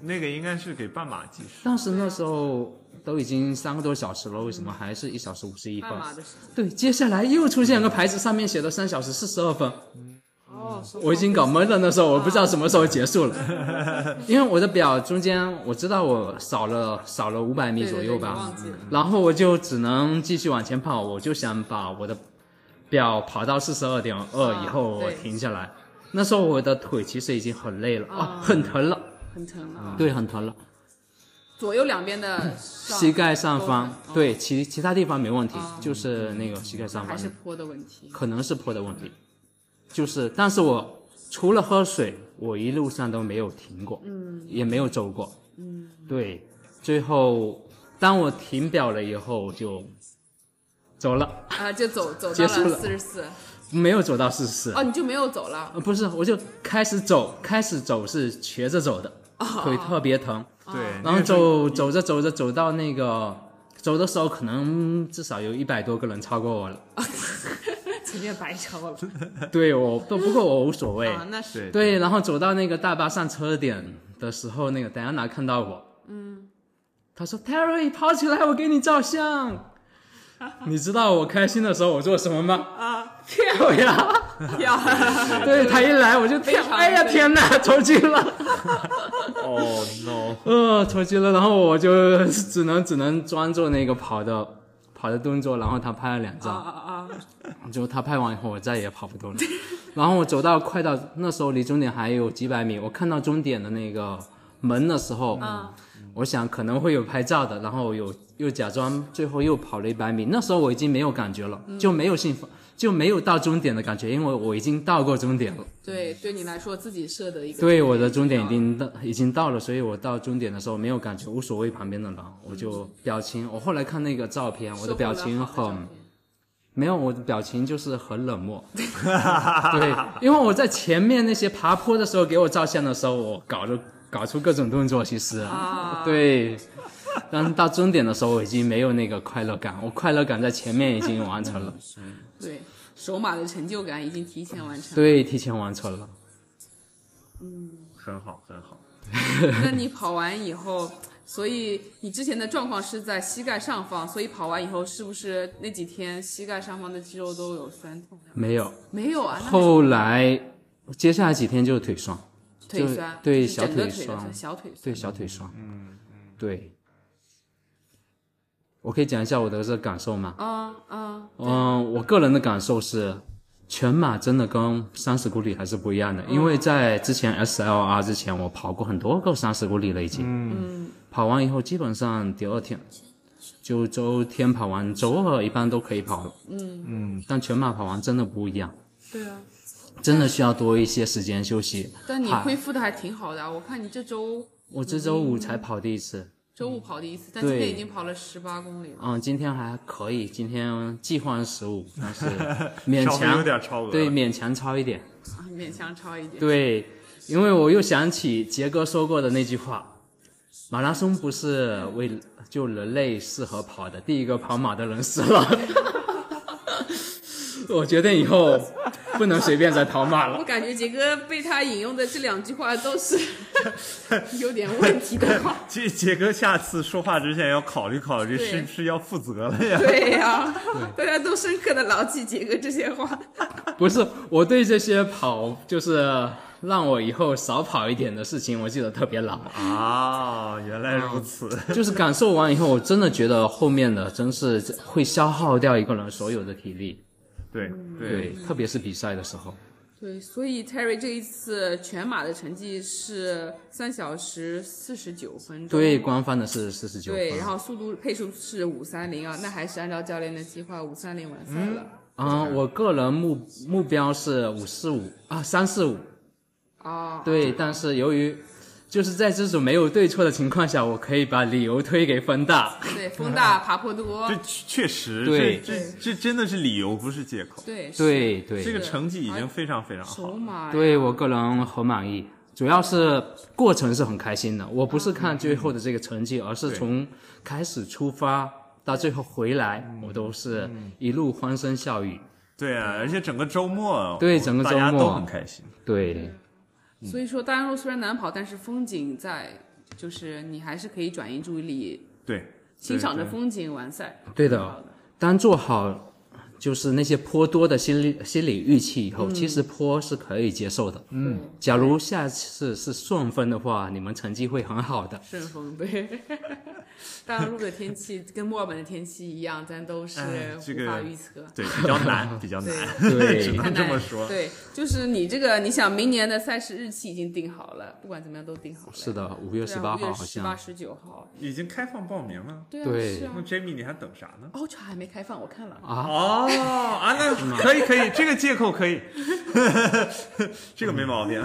那个应该是给半马计时。
当时那时候都已经三个多小时了，为什么还是一小时五十一分
半？马的时间
对，接下来又出现个牌子，上面写的三小时四十二分，
哦，
嗯我已经搞懵了。那时候我不知道什么时候结束了，
[LAUGHS]
因为我的表中间我知道我少了少了五百米
对对
左
对
右
你
吧。
忘记了。
然后我就只能继续往前跑，我就想把我的表跑到四十二点二以后
啊
我
对
停下来。那时候我的腿其实已经很累了，啊，很疼了。
很疼啊。
对，很疼了，
左右两边的上
膝盖上方
都，很
对其其他地方没问题
哦，
就是那个膝盖上
还
方
是坡的问题。
可能是坡的问题，就是，但是我除了喝水，我一路上都没有停过，嗯，也没有走过，嗯，对，最后当我停表了以后就走了，
啊，就走走到
结束了
四十四，
没有走到四十四
哦，，你就没有走了。
呃，不是，我就开始走，开始走是瘸着走的，腿特别疼，
对，
然后走走着走着走到那个走的时候，可能至少有一百多个人超过我了，
[LAUGHS] 前面白超了
对我不不过我无所谓，
啊，那是
对
对，然后走到那个大巴上车点的时候，那个戴安娜看到我，嗯，她说：“Terry，跑起来，我给你照相。”你知道我开心的时候我做什么吗？
啊，
跳呀！
[LAUGHS] 要
对她一来我就
非
跳，
常
哎呀
对
天哪，抽筋了，
哦 no，
呃，抽筋了，然后我就只能只能装作那个跑的跑的动作，然后她拍了两
啊
张，
啊啊！
就她拍完以后我再也跑不动了。然后我走到快到那时候离终点还有几百米，我看到终点的那个门的时候，
啊，
我想可能会有拍照的，然后有又假装最后又跑了一百米，那时候我已经没有感觉了，
嗯
就没有兴奋，就没有到终点的感觉，因为我已经到过终点了。
[LAUGHS] 对，对你来说自己设的一个
对，啊我的终点已经到，已经到了，所以我到终点的时候没有感觉，无所谓旁边的人，我就表情，我后来看那个照片，我的表情很没有，我的表情就是很冷 [LAUGHS] 漠。对，因为我在前面那些爬坡的时候给我照相的时候，我搞的搞出各种动作，其实。
啊，
嗯对，但是到终点的时候，我已经没有那个快乐感，我快乐感在前面已经完成了，
对，首马的成就感已经提前完成。
对，提前完成了。
很好很好。
那你跑完以后，所以你之前的状况是在膝盖上方，所以跑完以后是不是那几天膝盖上方的肌肉都有酸痛？
没有，
没有啊，那
后来接下来几天就是腿酸，
腿酸，
对
就是整个
小腿
腿的
酸
小腿酸。
对，小腿酸。嗯对。我可以讲一下我的这感受吗？
啊啊，
嗯，我个人的感受是，全马真的跟三十公里还是不一样
哦
的，因为在之前 SLR 之前，我跑过很多个三十公里了已经。嗯。跑完以后，基本上第二天，就周天跑完，周二一般都可以跑了。嗯嗯。但全马跑完真的不一样，
对啊，
真的需要多一些时间休息。
但你
嗨
恢复的还挺好的啊，我看你这周
我这周五才跑第一次，
周五跑的一次，但今天
对
已经跑了十八公里了。
嗯，今天还可以，今天计划十
[LAUGHS]
五，但是勉
稍微有
强
点超额了，
对勉强超一点。
啊，勉强超一点。
对，因为我又想起杰哥说过的那句话：马拉松不是为就人类适合跑的，第一个跑马的人死了。 [LAUGHS] 我决定以后不能随便再跑马了
我。感觉杰哥被他引用的这两句话都 [LAUGHS] 是有点问题的话。
杰杰哥下次说话之前要考虑考虑，
对
是不是要负责了
[LAUGHS]
呀？
对呀、大家都深刻的牢记杰哥这些话。
不是，我对这些跑就是让我以后少跑一点的事情，我记得特别牢。
啊，原来如此，
[LAUGHS] 就是感受完以后，我真的觉得后面的真是会消耗掉一个人所有的体力。
[LAUGHS] 对
对，特别是比赛的时候。
对，所以 Terry 这一次全马的成绩是三小时四十九分钟。
对，官方的是四十九分。
对，然后速度配速是五三零啊，那还是按照教练的计划五三零完赛了。
啊、我个人目目标是五四五啊，三四五。
啊，
对，但是由于就是在这种没有对错的情况下，我可以把理由推给风大。
对，风大爬坡多
这，确确实，
对
这这这真的是理由，不是借口。
对是
对对，
这个成绩已经非常非常好
首
了。
马呀
对我个人很满意，主要是过程是很开心的。我不是看最后的这个成绩，而是从开始出发到最后回来，我都是一路欢声笑语。
对啊，而且整个周末，
对整个周末
大家都很开心。
对，嗯
所以说大洋路虽然难跑，但是风景在，就是你还是可以转移注意力，
对，
欣赏着
对
风景完赛。
对的
挺好的，
当做好就是那些颇多的心理心理预期以后，其实颇是可以接受的。嗯，假如下次是顺风的话，你们成绩会很好的。
顺风对。 [LAUGHS] 大陆的天气跟墨尔本的天气一样，咱都是
哎这个
无法预测。
对，比
[LAUGHS]
较难，比较难，
对
[LAUGHS] 只能这么
看来
说。
对，就是你这个，你想明年的赛事日期已经定好了，不管怎么样都定好了。
是的，五月
对啊，
十
5
八号
月
好
八、
像。
十九号，
已经开放报名了，
对啊，
对
是
那
啊。
Jamie 你还等啥呢？
Ultra 还没开放，我看了。
啊，
哦啊，那可以可以，这个借口可以， [LAUGHS] 这个没毛病。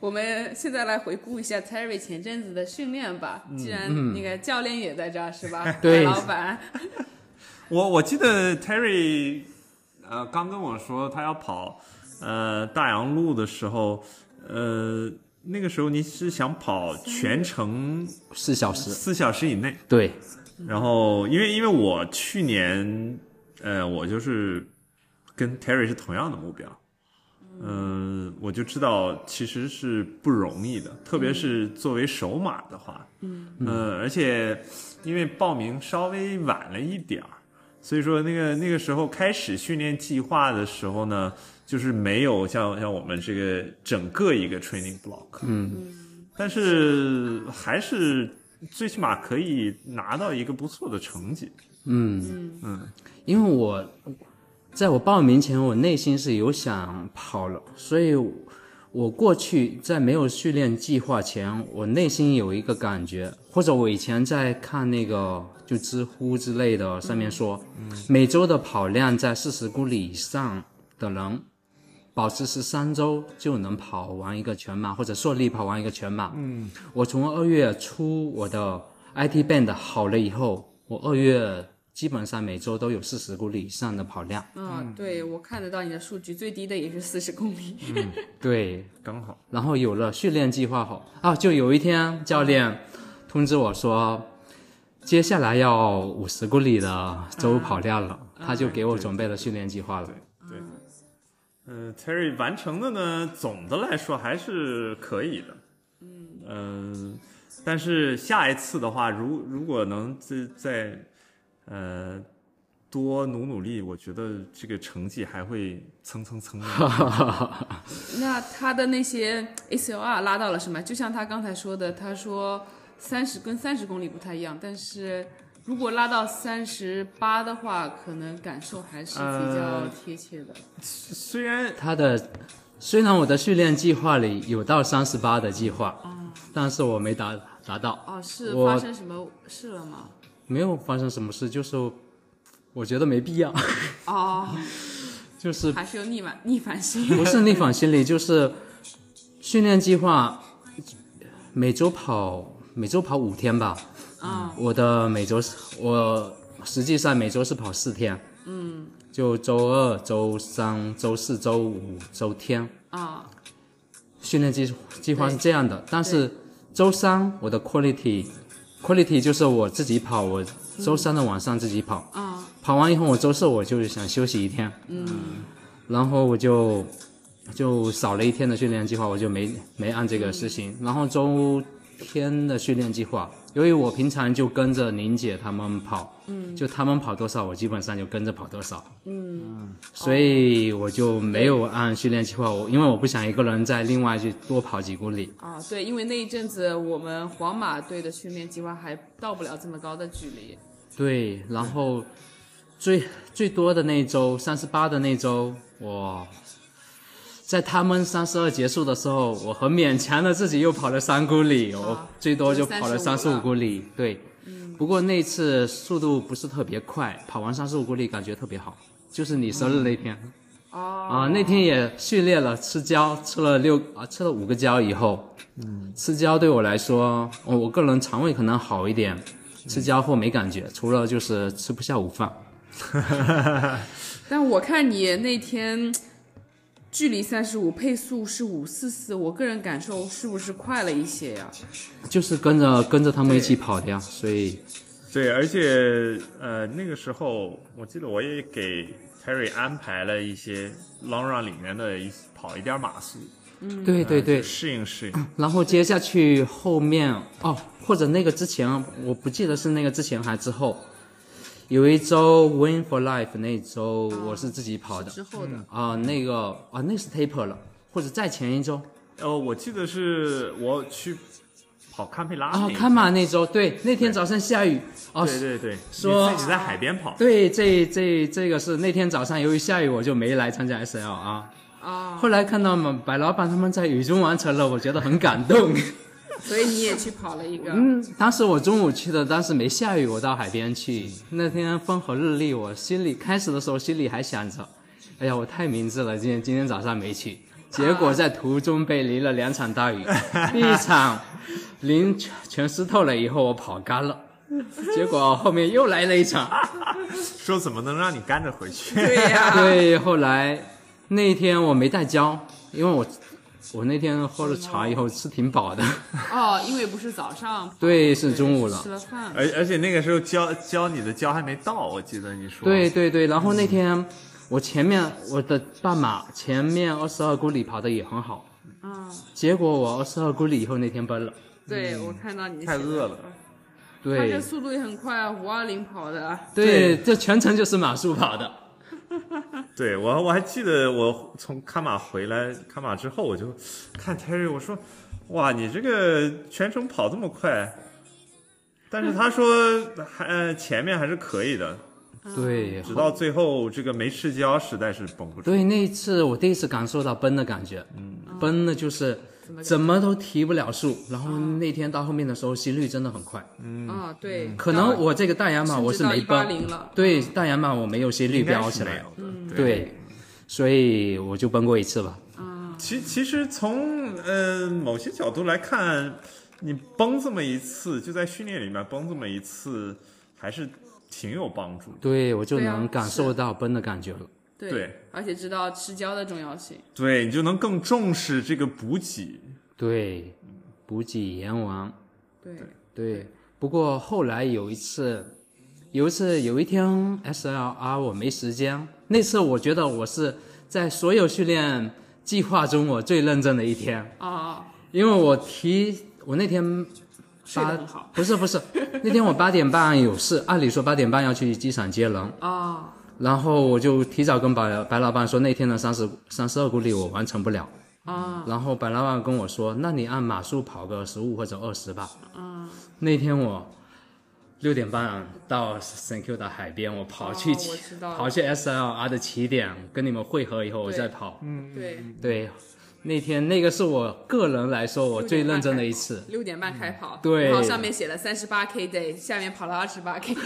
我们现在来回顾一下 Terry 前阵子的训练吧。既然那个教练也在这儿，是吧？
嗯 [LAUGHS] 对
白老板，
我我记得 Terry，呃，刚跟我说他要跑，呃，大洋路的时候，呃，那个时候你是想跑全程
四小时。
四小时以内，
对，
然后因为因为我去年，呃，我就是跟 Terry 是同样的目标，嗯、我就知道其实是不容易的，特别是作为首马的话，嗯，呃，而且因为报名稍微晚了一点儿，所以说那个那个时候开始训练计划的时候呢，就是没有像像我们这个整个一个 training block，
嗯，
但是还是最起码可以拿到一个不错的成绩。
嗯
嗯，
因为我在我报名前，我内心是有想跑了，所以我我过去在没有训练计划前，我内心有一个感觉，或者我以前在看那个就知乎之类的上面说，每周的跑量在四十公里以上的人。保持十三周就能跑完一个全马，或者顺利跑完一个全马。嗯，我从二月初我的 IT band 好了以后，我二月基本上每周都有四十公里以上的跑量。
嗯，对我看得到你的数据，最低的也是四十公里。
嗯对，
刚好，
然后有了训练计划后啊，就有一天教练通知我说，接下来要五十公里的周跑量了，他就给我准备了训练计划了
对。对，嗯、t e r r y 完成的呢，总的来说还是可以的。嗯、但是下一次的话，如如果能再再呃多努努力，我觉得这个成绩还会蹭蹭蹭的。
那他的那些 ACLR 拉到了什么？就像他刚才说的，他说三十跟三十公里不太一样，但是如果拉到三十八的话，可能感受还是比较
呃
贴切的。
虽然
他的虽然我的训练计划里有到三十八的计划，但是我没达达到，
哦，是
我
发生什么事了吗？
没有发生什么事，就是我觉得没必要，
哦，
[LAUGHS] 就是
还是有逆反逆反心。
[LAUGHS] 不是逆反心理，就是训练计划，每周跑每周跑五天吧。
啊、
我的每周是我实际上每周是跑四天。嗯。就周二、周三、周四周五、周天。
啊、
训练计计划是这样的，但是周三我的 quality quality 就是我自己跑，我周三的晚上自己跑，
啊、
跑完以后我周四我就想休息一天，嗯，然后我就就少了一天的训练计划，我就没没按这个实行，然后周天的训练计划，由于我平常就跟着宁姐他们跑，嗯，就他们跑多少，我基本上就跟着跑多少，嗯，所以我就没有按训练计划，我因为我不想一个人再另外去多跑几公里，
啊，对，因为那一阵子我们皇马队的训练计划还到不了这么高的距离。
对，然后最最多的那一周，三十八的那一周，我在他们三十二结束的时候，我很勉强的自己又跑了三公里，我最多就跑
就
了啊三
是
十
35
五公里。嗯对，不过那次速度不是特别快，跑完三十五公里感觉特别好，就是你生日那天。
哦，
啊，那天也训练了吃胶，吃了六啊，吃了五个胶以后，嗯，吃胶对我来说，我我个人肠胃可能好一点，吃胶后没感觉，除了就是吃不下午饭。
但我看你那天距离三十五，配速是五四四，我个人感受是不是快了一些呀、
就是跟着跟着他们一起跑的呀，所以
对，而且呃，那个时候我记得我也给 Terry 安排了一些 long run 里面的一跑一点码速，
对对对
就，适应适应。
然后接下去后面哦，或者那个之前我不记得是那个之前还之后，有一周 Win for Life 那一周我是自己跑的
之后的，
啊、那个啊那是 Taper 了，或者再前一周
呃，我记得是我去跑堪培拉那
啊
一
看
次
马那周，对，那天早上下雨啊，
对对对，
说
你自己在海边跑，
对，这这这个是那天早上由于下雨我就没来参加 SL 啊。
啊，
后来看到嘛，白老板他们在雨中完成了，我觉得很感动。
所以你也去跑了一个，
嗯，当时我中午去的，当时没下雨，我到海边去。那天风和日丽，我心里开始的时候心里还想着，哎呀，我太明智了，今天今天早上没去。结果在途中被淋了两场大雨，第一场淋全全湿透了以后，我跑干了。结果后面又来了一场，
说怎么能让你干着回去？ [LAUGHS]
对呀、
对，后来那天我没带胶，因为我我那天喝了茶以后吃挺饱的，
哦，因为不是早上，
对，是中午
吃
了。
了饭，
而而且那个时候教教你的教还没到，我记得你说。
对，对对，
嗯
然后那天我前面我的半马前面二十二公里跑的也很好，
嗯，
结果我二十二公里以后那天崩了。
对
嗯
我看到你
太
写的
饿
那
了
个，他这
对
速度也很快啊，五二零跑的，
对，这全程就是马术跑的。
对我我还记得我从卡马回来，卡马之后我就看 Terry，我说，哇，你这个全程跑这么快，但是他说还呃前面还是可以的，
嗯
对，
直到最后这个没吃胶实在是绷不住。
对，那一次我第一次感受到崩的感觉，
嗯
崩的就是怎么都提不了速，然后那天到后面的时候心率真的很快。
嗯
啊，对，
嗯可能我这个大洋马我是没
甚至
崩
到180了，
对大洋马我没有心率
应该
标
是
起
没
来
有，的，对。
对，所以我就崩过一次吧。
其其实从呃某些角度来看，你崩这么一次，就在训练里面崩这么一次，还是挺有帮助的。
对我就
对啊
能感受到崩的感觉了。
对
对
而且知道吃胶的重要性，
对你就能更重视这个补给。
对，补给盐王。
对，
对，不过后来有一次，有一次有一天 SLR 我没时间，那次我觉得我是在所有训练计划中我最认真的一天。
啊，
因为我提我那天
睡
八
得很好
不是不是，那天我八点半有事，按理说八点半要去机场接人，
啊，
然后我就提早跟白白老板说那天的三十三十二公里我完成不了，
啊，
然后白老板跟我说，那你按码数跑个十五或者二十吧。
啊
那天我六点半到 Thank you 的海边，我跑去
哦
起、
我知道了
跑去 SLR 的起点跟你们汇合以后，我
对
再跑。
对，
对，那天那个是我个人来说我最认真的一次。
六点半开
嗯
跑，
对
然后上面写了三十八 K day，下面跑了二十八
[LAUGHS]
K，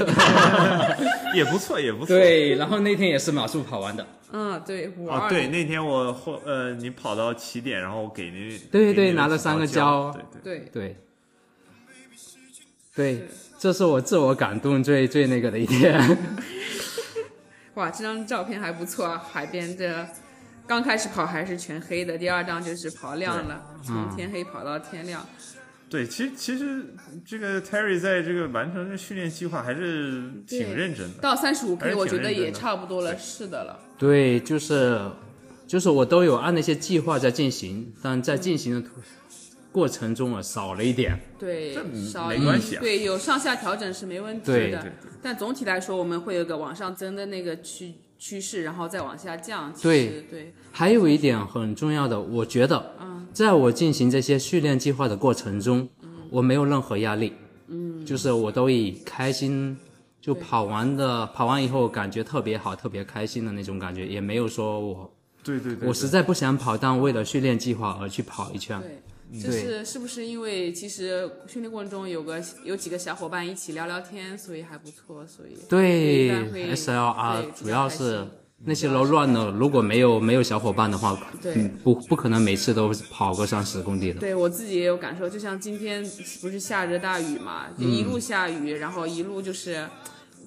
也不错，也不错。
对，然后那天也是马术跑完的。
嗯，对，五
啊，
二
对，
零，
那天我后呃，你跑到起点，然后我给你
对
给
对
你
拿了
几
三
包
个
胶
胶
对对。
对，
对，对，这是我自我感动最最那个的一天。
哇，这张照片还不错啊，海边这刚开始跑还是全黑的，第二张就是跑亮了，
嗯
从天黑跑到天亮，
对，其实其实这个 Terry 在这个完成这训练计划还是挺
对
认真的。
到三十五
还
K
是挺
我觉得也
认真的
差不多了，是的了，
对，就是就是我都有按那些计划在进行，但在进行的途过程中我少了一点。
对
这，没
少
没
一
关系啊
对，有上下调整是没问题
对
的
对对。
但总体来说，我们会有个往上增的那个趋趋势，然后再往下降。其
对
实对，
还有一点很重要的，我觉得，在我进行这些训练计划的过程中，我没有任何压力，嗯，就是我都以开心就跑完的，跑完以后感觉特别好，特别开心的那种感觉，也没有说我
对对对，
我实在不想跑，但为了训练计划而去跑一圈，
对，就是是不是因为其实训练过程中有个有几个小伙伴一起聊聊天，所以还不错，所以
对
一般会
SLR
对
主要是
比较开心
那些 low run 的，如果没有没有小伙伴的话，
对
[LAUGHS] 嗯不不可能每次都跑个三十公里的。
对我自己也有感受，就像今天不是下着大雨嘛，就一路下雨，然后一路就是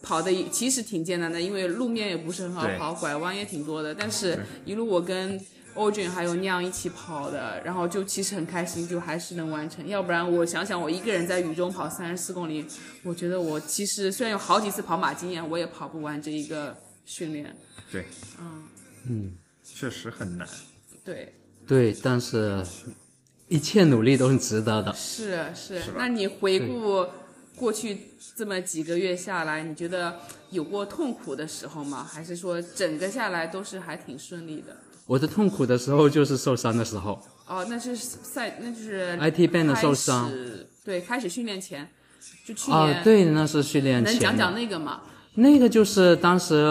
跑的其实挺艰难的，因为路面也不是很好
对
跑，拐弯也挺多的。但是一路我跟欧俊还有酿一起跑的，然后就其实很开心，就还是能完成。要不然我想想，我一个人在雨中跑三十四公里，我觉得我其实虽然有好几次跑马经验，我也跑不完这一个训练。
对，嗯确实很难。
对，
对，但是一切努力都是值得的。
啊是是，那你回顾过去这么几个月下来，你觉得有过痛苦的时候吗？还是说整个下来都是还挺顺利的？
我的痛苦的时候就是受伤的时候，
哦，那是赛，那就是
IT band 的受伤
开始，对，开始训练前，就去年，
啊，对，那是训练前
能
的。
讲讲那个吗？
那个就是当时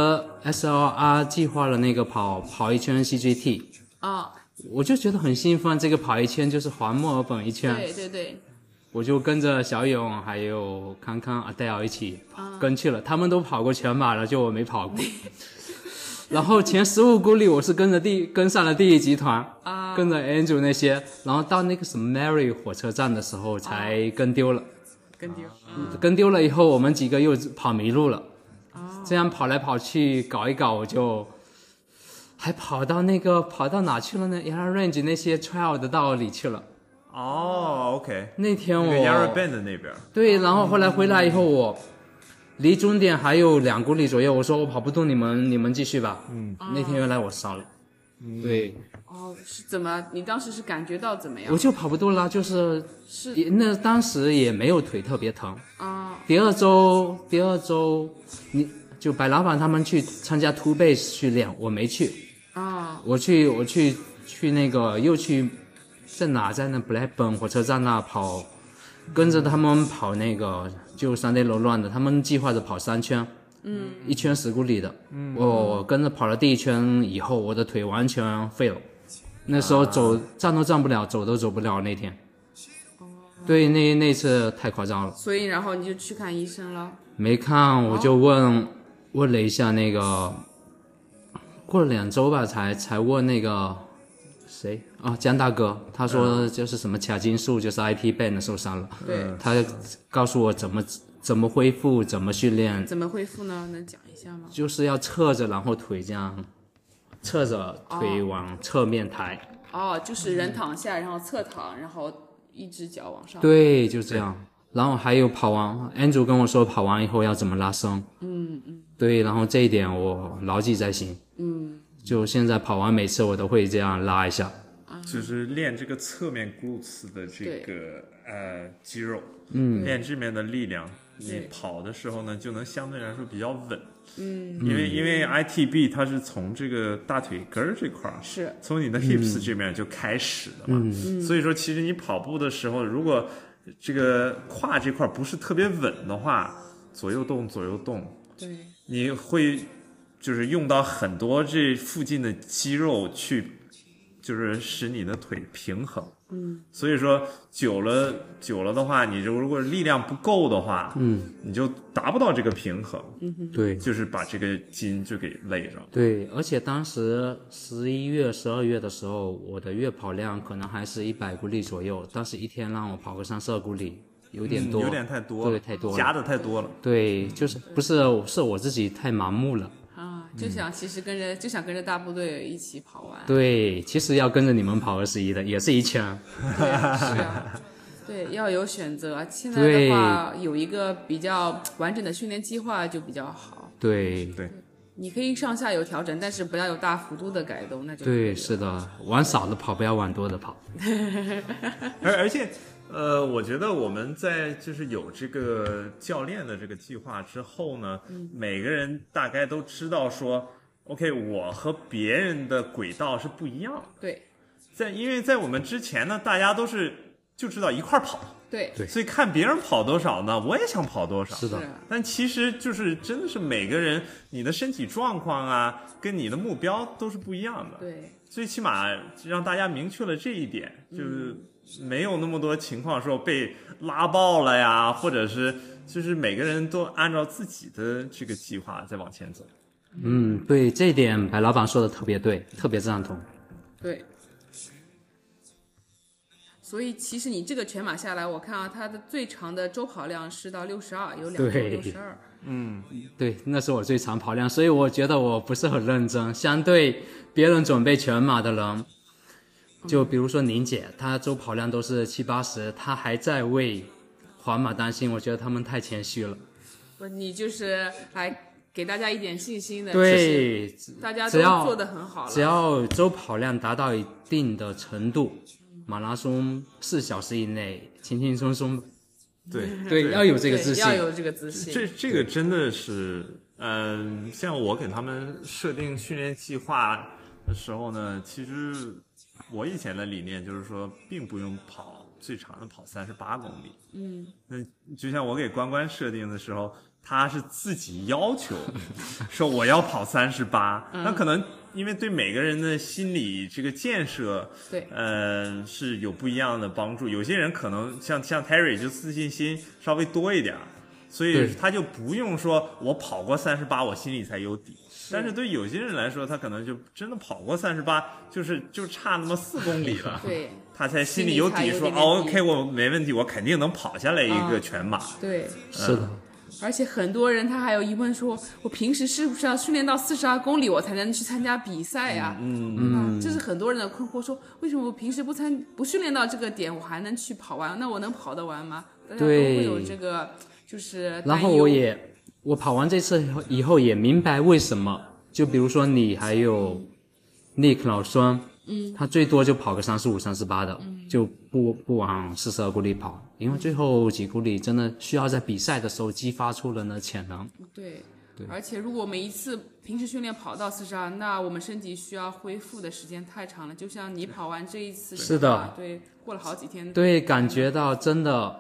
SLR 计划了那个跑跑一圈 CGT，
啊，
我就觉得很兴奋，这个跑一圈就是环墨尔本一圈，
对对对，
我就跟着小勇还有康康、阿黛尔一起跟去了，他们都跑过全马了，就我没跑过。然后前十五公里我是跟着第跟上了第一集团，
啊
跟着 Andrew 那些，然后到那个什么 Mary 火车站的时候才跟丢了。
跟丢，
跟丢了以后，我们几个又跑迷路了。这样跑来跑去，搞一搞，我就还跑到那个跑到哪去了呢 y a r a Range 那些 trail 的道里去了。
哦，OK，
那天
那
我
个 Yarra Bend 的那边儿
对，然后后来回来以后，我离终点还有两公里左右，我说我跑不动，你们你们继续吧。嗯，那天原来我伤了。对，
哦，是怎么？你当时是感觉到怎么
我
样？
就跑不动了，就是
是
也那当时也没有腿特别疼，
啊，
第二周，第二周，你就白老板他们去参加 Two Base 训练，我没去，
啊
我去，我去，去那个又去，在哪在那 Blackburn 火车站那跑，跟着他们跑那个就山地罗乱的，他们计划着跑三圈，嗯，一圈十公里的，嗯，我跟着跑了第一圈以后，我的腿完全废了，那时候走、站都站不了，走都走不了那天，对，那那次太夸张了。
所以然后你就去看医生了。
没看，我就问、问了一下那个，过了两周吧，才才问那个谁啊，江大哥，他说就是什么髂胫束，就是 IP band 受伤了，
对，
他告诉我怎么怎么恢复，怎么训练，
怎么恢复呢？能讲一下吗？
就是要侧着，然后腿这样侧着腿往侧面抬，
哦，就是
嗯
人躺下，然后侧躺，然后一只脚往上。
对，就这样。然后还有跑完，Andrew 跟我说跑完以后要怎么拉伸。嗯嗯。对，然后这一点我牢记在心。嗯。就现在跑完每次我都会这样拉一下。
嗯
就是练这个侧面 glutes 的这个呃肌肉，嗯，练这面的力量，你
对
跑的时候呢，就能相对来说比较稳，嗯，因为因为 ITB 它是从这个大腿根儿这块儿
是
从你的 hips 这面就开始的嘛，所以说其实你跑步的时候，如果这个胯这块儿不是特别稳的话，左右动左右动，
对
你会就是用到很多这附近的肌肉去，就是使你的腿平衡。嗯，所以说久了久了的话，你就如果力量不够的话，嗯，你就达不到这个平衡，
对
就是把这个筋就给累着。
对，而且当时十一月、十二月的时候，我的月跑量可能还是一百公里左右，但是一天让我跑个三十二公里，有点多。
嗯有点太多了，
对太多了
夹的太多了。
对，就是不是是我自己太盲目了。
啊，就想其实跟着、就想跟着大部队一起跑完。
嗯对，其实要跟着你们跑二十一的，也是一圈。
对，是
[LAUGHS]
啊，对，要有选择。现在的
对
话，有一个比较完整的训练计划就比较好。
对
你可以上下游调整，但是不要有大幅度的改动，那就
对，是的，往少的跑，不要往多的跑。
而而且，呃，我觉得我们在就是有这个教练的这个计划之后呢，每个人大概都知道说，OK，我和别人的轨道是不一样的。
对
在因为在我们之前呢，大家都是就知道一块儿跑，
对
对
所以看别人跑多少呢，我也想跑多少。
是的
是，啊
但其实就是真的是每个人你的身体状况啊，跟你的目标都是不一样的。
对
最起码让大家明确了这一点，就是没有那么多情况说被拉爆了呀，或者是就是每个人都按照自己的这个计划在往前走。
嗯，对，这一点白老板说的特别对，特别赞同。
对。所以其实你这个全马下来，我看啊，它的最长的周跑量是到六十二，有两周
对
六十二。
对，那是我最长跑量，所以我觉得我不是很认真。相对别人准备全马的人，就比如说宁姐，她周跑量都是七八十，她还在为环马担心，我觉得他们太谦虚了。
不，你就是来给大家一点信心的。就是
对，
大家
只
都
要
做的很好
只
了。
要周跑量达到一定的程度，马拉松四小时以内，轻轻松松
对
对，要有这个自信嗯
要。有这个自信。
这这个真的是，嗯、像我给他们设定训练计划的时候呢，其实我以前的理念就是说，并不用跑最长的跑三十八公里。
嗯，
那就像我给关关设定的时候，他是自己要求说我要跑三十八，那可能因为对每个人的心理这个建设，
对，，
呃，是有不一样的帮助。有些人可能像像 Terry 就自信心稍微多一点儿，所
对
以他就不用说我跑过三十八，我心里才有底。但是对有些人来说，他可能就真的跑过三十八，就是就差那么四公里了
对
他才心
心里
里有
才
底，
有
说
点
哦
底
，OK，我没问题，我肯定能跑下来一
啊
个全马。
对，
是的，
而且很多人他还有疑问说，我平时是不是要训练到四十二公里我才能去参加比赛呀、嗯，这是很多人的困惑说，为什么我平时不参不训练到这个点，我还能去跑完？那我能跑得完吗？大家都
对
会有这个就是
然后
担忧
我也，我跑完这次以后以后也明白为什么。就比如说你还有 Nick 老孙，嗯，他最多就跑个三十五、三十八的，就不不往四十二公里跑，因为最后几公里真的需要在比赛的时候激发出人的潜能。
对。而且，如果每一次平时训练跑到四十二，那我们身体需要恢复的时间太长了。就像你跑完这一次，
是的，
对，过了好几天，
对，感觉到真的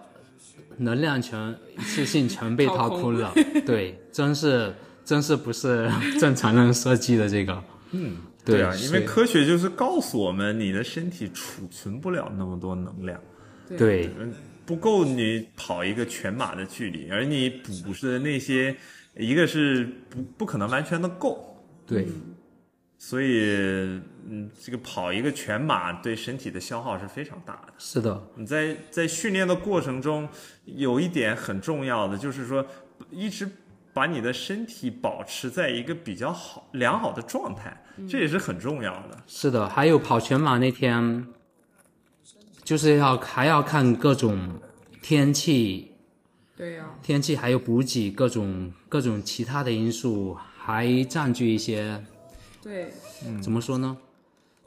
能量全一次性全被
掏
掏
空
空了，对，真是真是不是正常人设计的这个，嗯，对
啊，因为
是
科学就是告诉我们，你的身体储存不了那么多能量，
对
嗯，不够你跑一个全马的距离，而你补的那些，一个是不不可能完全的够，
对
所以，嗯，这个跑一个全马对身体的消耗是非常大的。
是的，
你在在训练的过程中，有一点很重要的就是说，一直把你的身体保持在一个比较好良好的状态，这也是很重要的。
是的，还有跑全马那天，就是要还要看各种天气，
对啊呀、
天气还有补给各种各种其他的因素，还占据一些
对，
怎么说呢？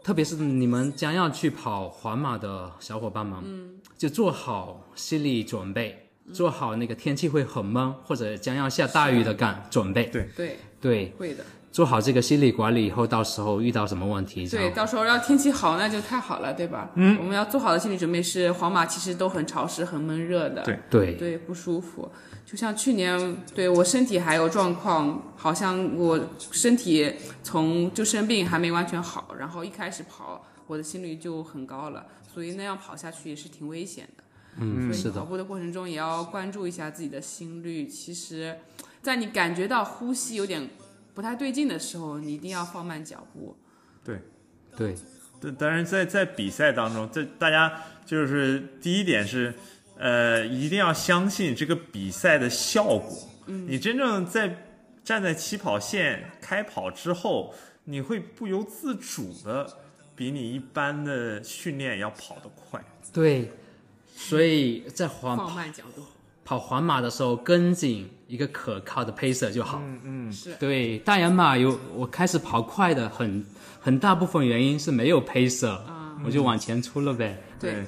特别是你们将要去跑环马的小伙伴们，嗯，就做好心理准备，做好那个天气会很闷或者将要下大雨的感准备。
对
对，
对，
会的。
做好这个心理管理以后，到时候遇到什么问题，
对，
然后
到时候要天气好，那就太好了，对吧？嗯，我们要做好的心理准备是，皇马其实都很潮湿、很闷热的，
对
对
对，不舒服。就像去年，对我身体还有状况，好像我身体从就生病还没完全好，然后一开始跑，我的心率就很高了，所以那样跑下去也是挺危险的。
嗯，
所
是
以跑
的，
步的过程中也要关注一下自己的心率。其实，在你感觉到呼吸有点不太对劲的时候，你一定要放慢脚步。
对，
对，
对，当然在在比赛当中，这大家就是第一点是，呃，一定要相信这个比赛的效果。嗯，你真正在站在起跑线开跑之后，你会不由自主的比你一般的训练要跑得快。
对，所以在环
放慢脚步，
跑环马的时候跟紧一个可靠的 pacer 就好。
是
对，大洋马有我开始跑快的很很大部分原因是没有 pacer，、我就往前出了呗。
对，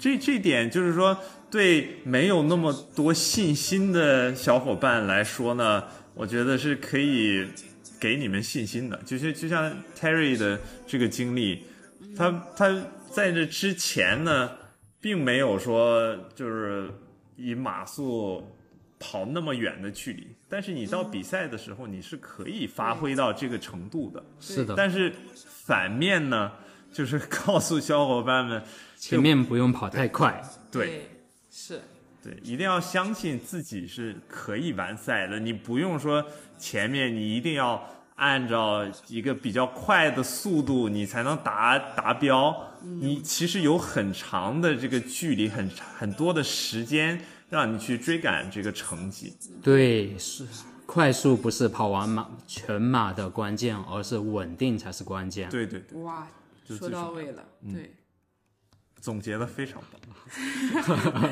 这这点就是说，对没有那么多信心的小伙伴来说呢，我觉得是可以给你们信心的。就是就像 Terry 的这个经历，他他在这之前呢，并没有说就是以马速跑那么远的距离，但是你到比赛的时候，你是可以发挥到这个程度的。
是的，
但是反面呢，就是告诉小伙伴们，
前面不用跑太快。
对。
是
对，一定要相信自己是可以完赛的，你不用说前面你一定要按照一个比较快的速度，你才能达达标。你其实有很长的这个距离，很很多的时间让你去追赶这个成绩。
对，是快速不是跑完马全马的关键，而是稳定才是关键。
对对对，
哇，
是
说
最
到
重
位了，
嗯 [LAUGHS]
对。
总结的非常棒。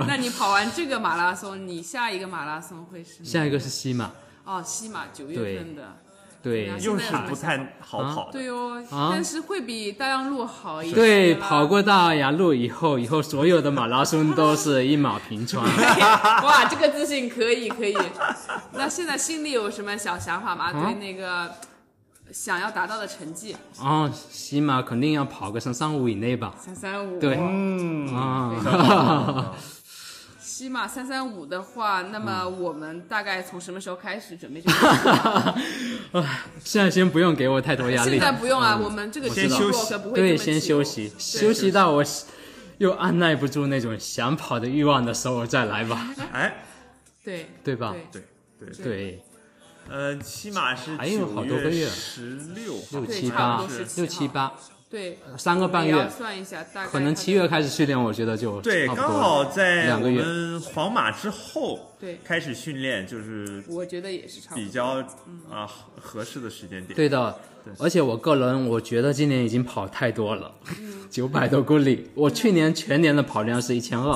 那你跑完这个马拉松，你下一个马拉松会是哪
下一个是西马，
哦西马九月
对
份的，
对
对啊
又是不太好跑的。
对哦，
啊
但是会比大洋路好一些。
对，跑。过大洋路以后，以后所有的马拉松都是一马平川。
哇，这个自信可以可以。 [LAUGHS] 那现在心里有什么小想法吗？
啊
对那个想要达到的成绩，
哦，起码肯定要跑个三三五以内
[LAUGHS]
吧。
三三五。
对啊
嗯，
[LAUGHS]
西马三三五的话，那么
嗯
我们大概从什么时候开始准备这个？
[LAUGHS] 现在先不用给我太多压力。
现
嗯
在不用啊，我们这个
我知道
直播可不会
对，
这么
先
急
休息，休息到我又按耐不住那种想跑的欲望的时候再来吧。
哎，
对
对吧
对对，
对，
呃，起码是
还有好
九
多个月
十六
六
号，
对
七
差
八
不多十，七
六七八，
对，
三个半
也要
月，
算一下，大概
可能
它
七月开始训练，我觉得就
对，
差不
刚
多
好
了。
在
两
我
个月
们皇马之后，
对
开始训练就是
我觉得也是差不
比
多。
较啊合适的时间点。
对的，而且我个人我觉得今年已经跑太多了，
嗯
九百多公里。我去年全年的跑量是一千二，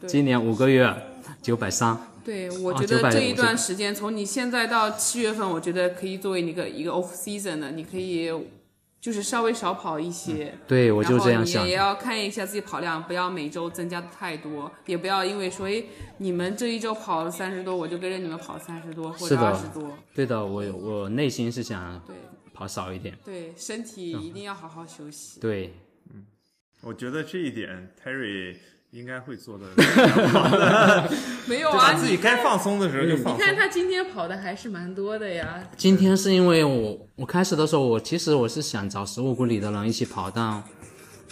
对
今年五个月九百三。
对，我
啊
觉得
950
这一段时间，从你现在到七月份，我觉得可以作为你一个一个 off season 的，你可以就是稍微少跑一些。
嗯对，我
然后
就
你
这样想
也。要看一下自己跑量，不要每周增加太多，也不要因为说，哎，你们这一周跑了三十多，我就跟着你们跑三十多或
是
者
的
二十多。
对的，我我内心是想
对
跑少一点。
对，身体一定要好好休息。
对，
我觉得这一点 Terry 应该会做的， [LAUGHS]
没有
就
啊，
把自己
你
该放松的时候就放
你
松
看。他今天跑的还是蛮多的呀。
今天是因为我我开始的时候，我其实我是想找十五公里的人一起跑，但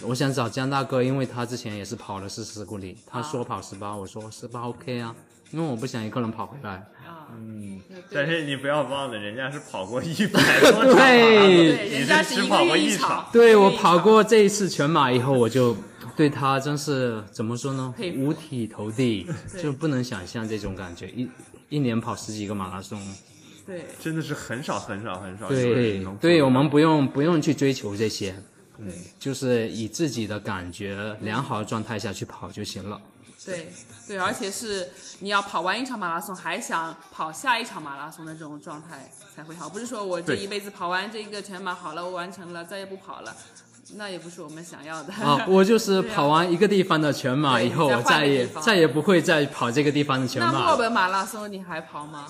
我想找江大哥，因为他之前也是跑了四十公里，
啊
他说跑十八，我说十八 OK 啊，因为我不想一个人跑回来。
啊，对
嗯但是你不要忘了，人家是跑过一百多场 [LAUGHS] 马拉松，
对
对，
你
人家
是
是
只
一
跑
个
过
月
一
场
场。
对我跑过这一次全马以后，我就对他真是怎么说呢
佩？服
五体投地，
[LAUGHS] 对
就不能想象这种感觉。一一年跑十几个马拉松，
对，
真的是很少很少很少有人
对
能，
对
做
我
到
们不用不用去追求这些，嗯
对，
就是以自己的感觉良好的状态下去跑就
[LAUGHS]
行了。
对，对，而且是你要跑完一场马拉松，还想跑下一场马拉松的这种状态才会好，不是说我这
对
一辈子跑完这个全马好了，我完成了，再也不跑了，那也不是我们想要的。
啊，
[LAUGHS]
我就是跑完一个地方的全马以后，
对
我
你再换个
再
地
也
方
再也不会再跑这个地方的全
那墨
马
尔
了。
本马拉松你还跑吗？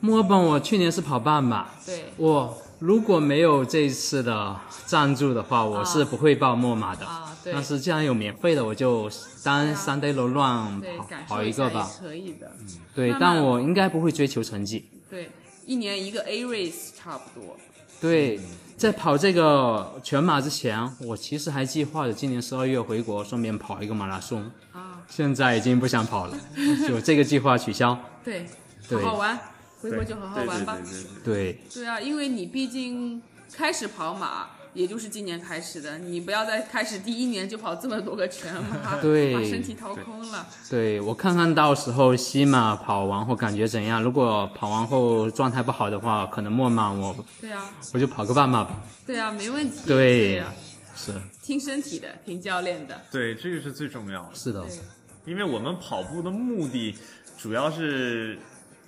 墨尔本，我去年是跑半马，
对，
我如果没有这一次的赞助的话，我是不会报墨马的。
啊对啊
但是既然有免费的，我就当三 day 楼乱
对，
跑
感
跑
受一
个
下也
吧。嗯
可以的。
对，
慢慢
但我应该不会追求成绩。
对，一年一个 A race 差不多。
对，在跑这个全马之前，我其实还计划着今年十二月回国，顺便跑一个马拉松。
啊，
现在已经不想跑了， [LAUGHS] 就这个计划取消。
对，好
对
好玩，回
对
国就好好
对
玩
对
吧。
对对对
对，
对啊，因为你毕竟开始跑马，也就是今年开始的，你不要再开始第一年就跑这么多个全
[LAUGHS]
马，
对
把身体掏空了。
对我看看到时候西马跑完后感觉怎样。如果跑完后状态不好的话，可能墨马我
对啊，
我就跑个半马吧。
对啊，没问题。
对
啊，
是
听身体的，听教练的。
对，这个是最重要的，
是的
对，
因为我们跑步的目的主要是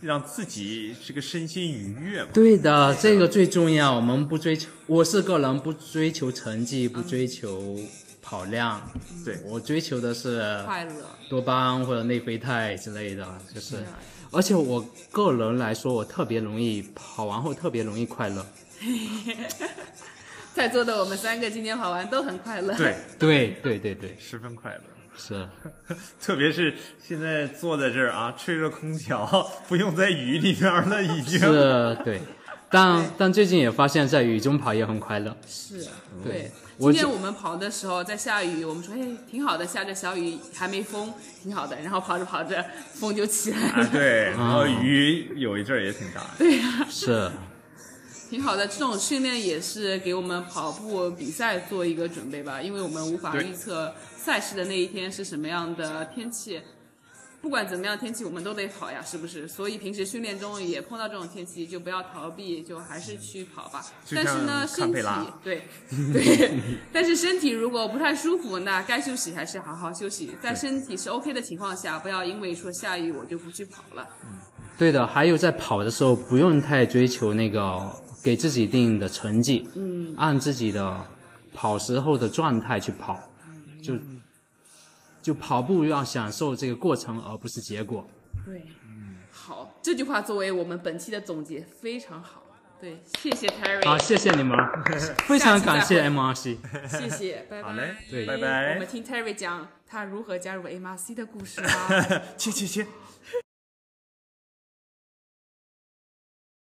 让自己这个身心愉悦嘛。
对的，这个最重要。我们不追求，我是个人不追求成绩，不追求跑量，
对
我追求的是
快乐。
多巴胺或者内啡肽之类的，就是
对。啊
而且我个人来说，我特别容易跑完后特别容易快乐。
在座的我们三个今天跑完都很快乐。
对，
对对对对，
十分快乐。
是。
特别是现在坐在这儿啊，吹着空调，不用在雨里面了，已经。
是，对。但但最近也发现，在雨中跑也很快乐。
是，啊对。今
我
天
就
我们跑的时候在下雨，我们说哎挺好的，下着小雨还没风，挺好的。然后跑着跑着风就起来
啊
了，，
对，然后雨有一阵儿也挺大的。
是，
挺好的，这种训练也是给我们跑步比赛做一个准备吧，因为我们无法
对
预测赛事的那一天是什么样的天气。不管怎么样，天气我们都得跑呀，是不是？所以平时训练中也碰到这种天气，就不要逃避，就还是去跑吧。
就
但
像
是呢，
堪
身
培
体
拉
对 [LAUGHS] 对，但是身体如果不太舒服，那该休息还是好好休息。在身体是 OK 的情况下，不要因为说下雨我就不去跑了。
对的。还有在跑的时候，不用太追求那个给自己定的成绩，嗯，按自己的跑时候的状态去跑，就就跑步要享受这个过程，而不是结果。
对，好，这句话作为我们本期的总结，非常好。对，谢谢 Terry，
好，谢谢你们，非常感谢
下
MRC。
谢谢，拜拜。
好嘞
对
拜拜
啊我们听 Terry 讲他如何加入 MRC 的故事吧。
[LAUGHS] 切切切。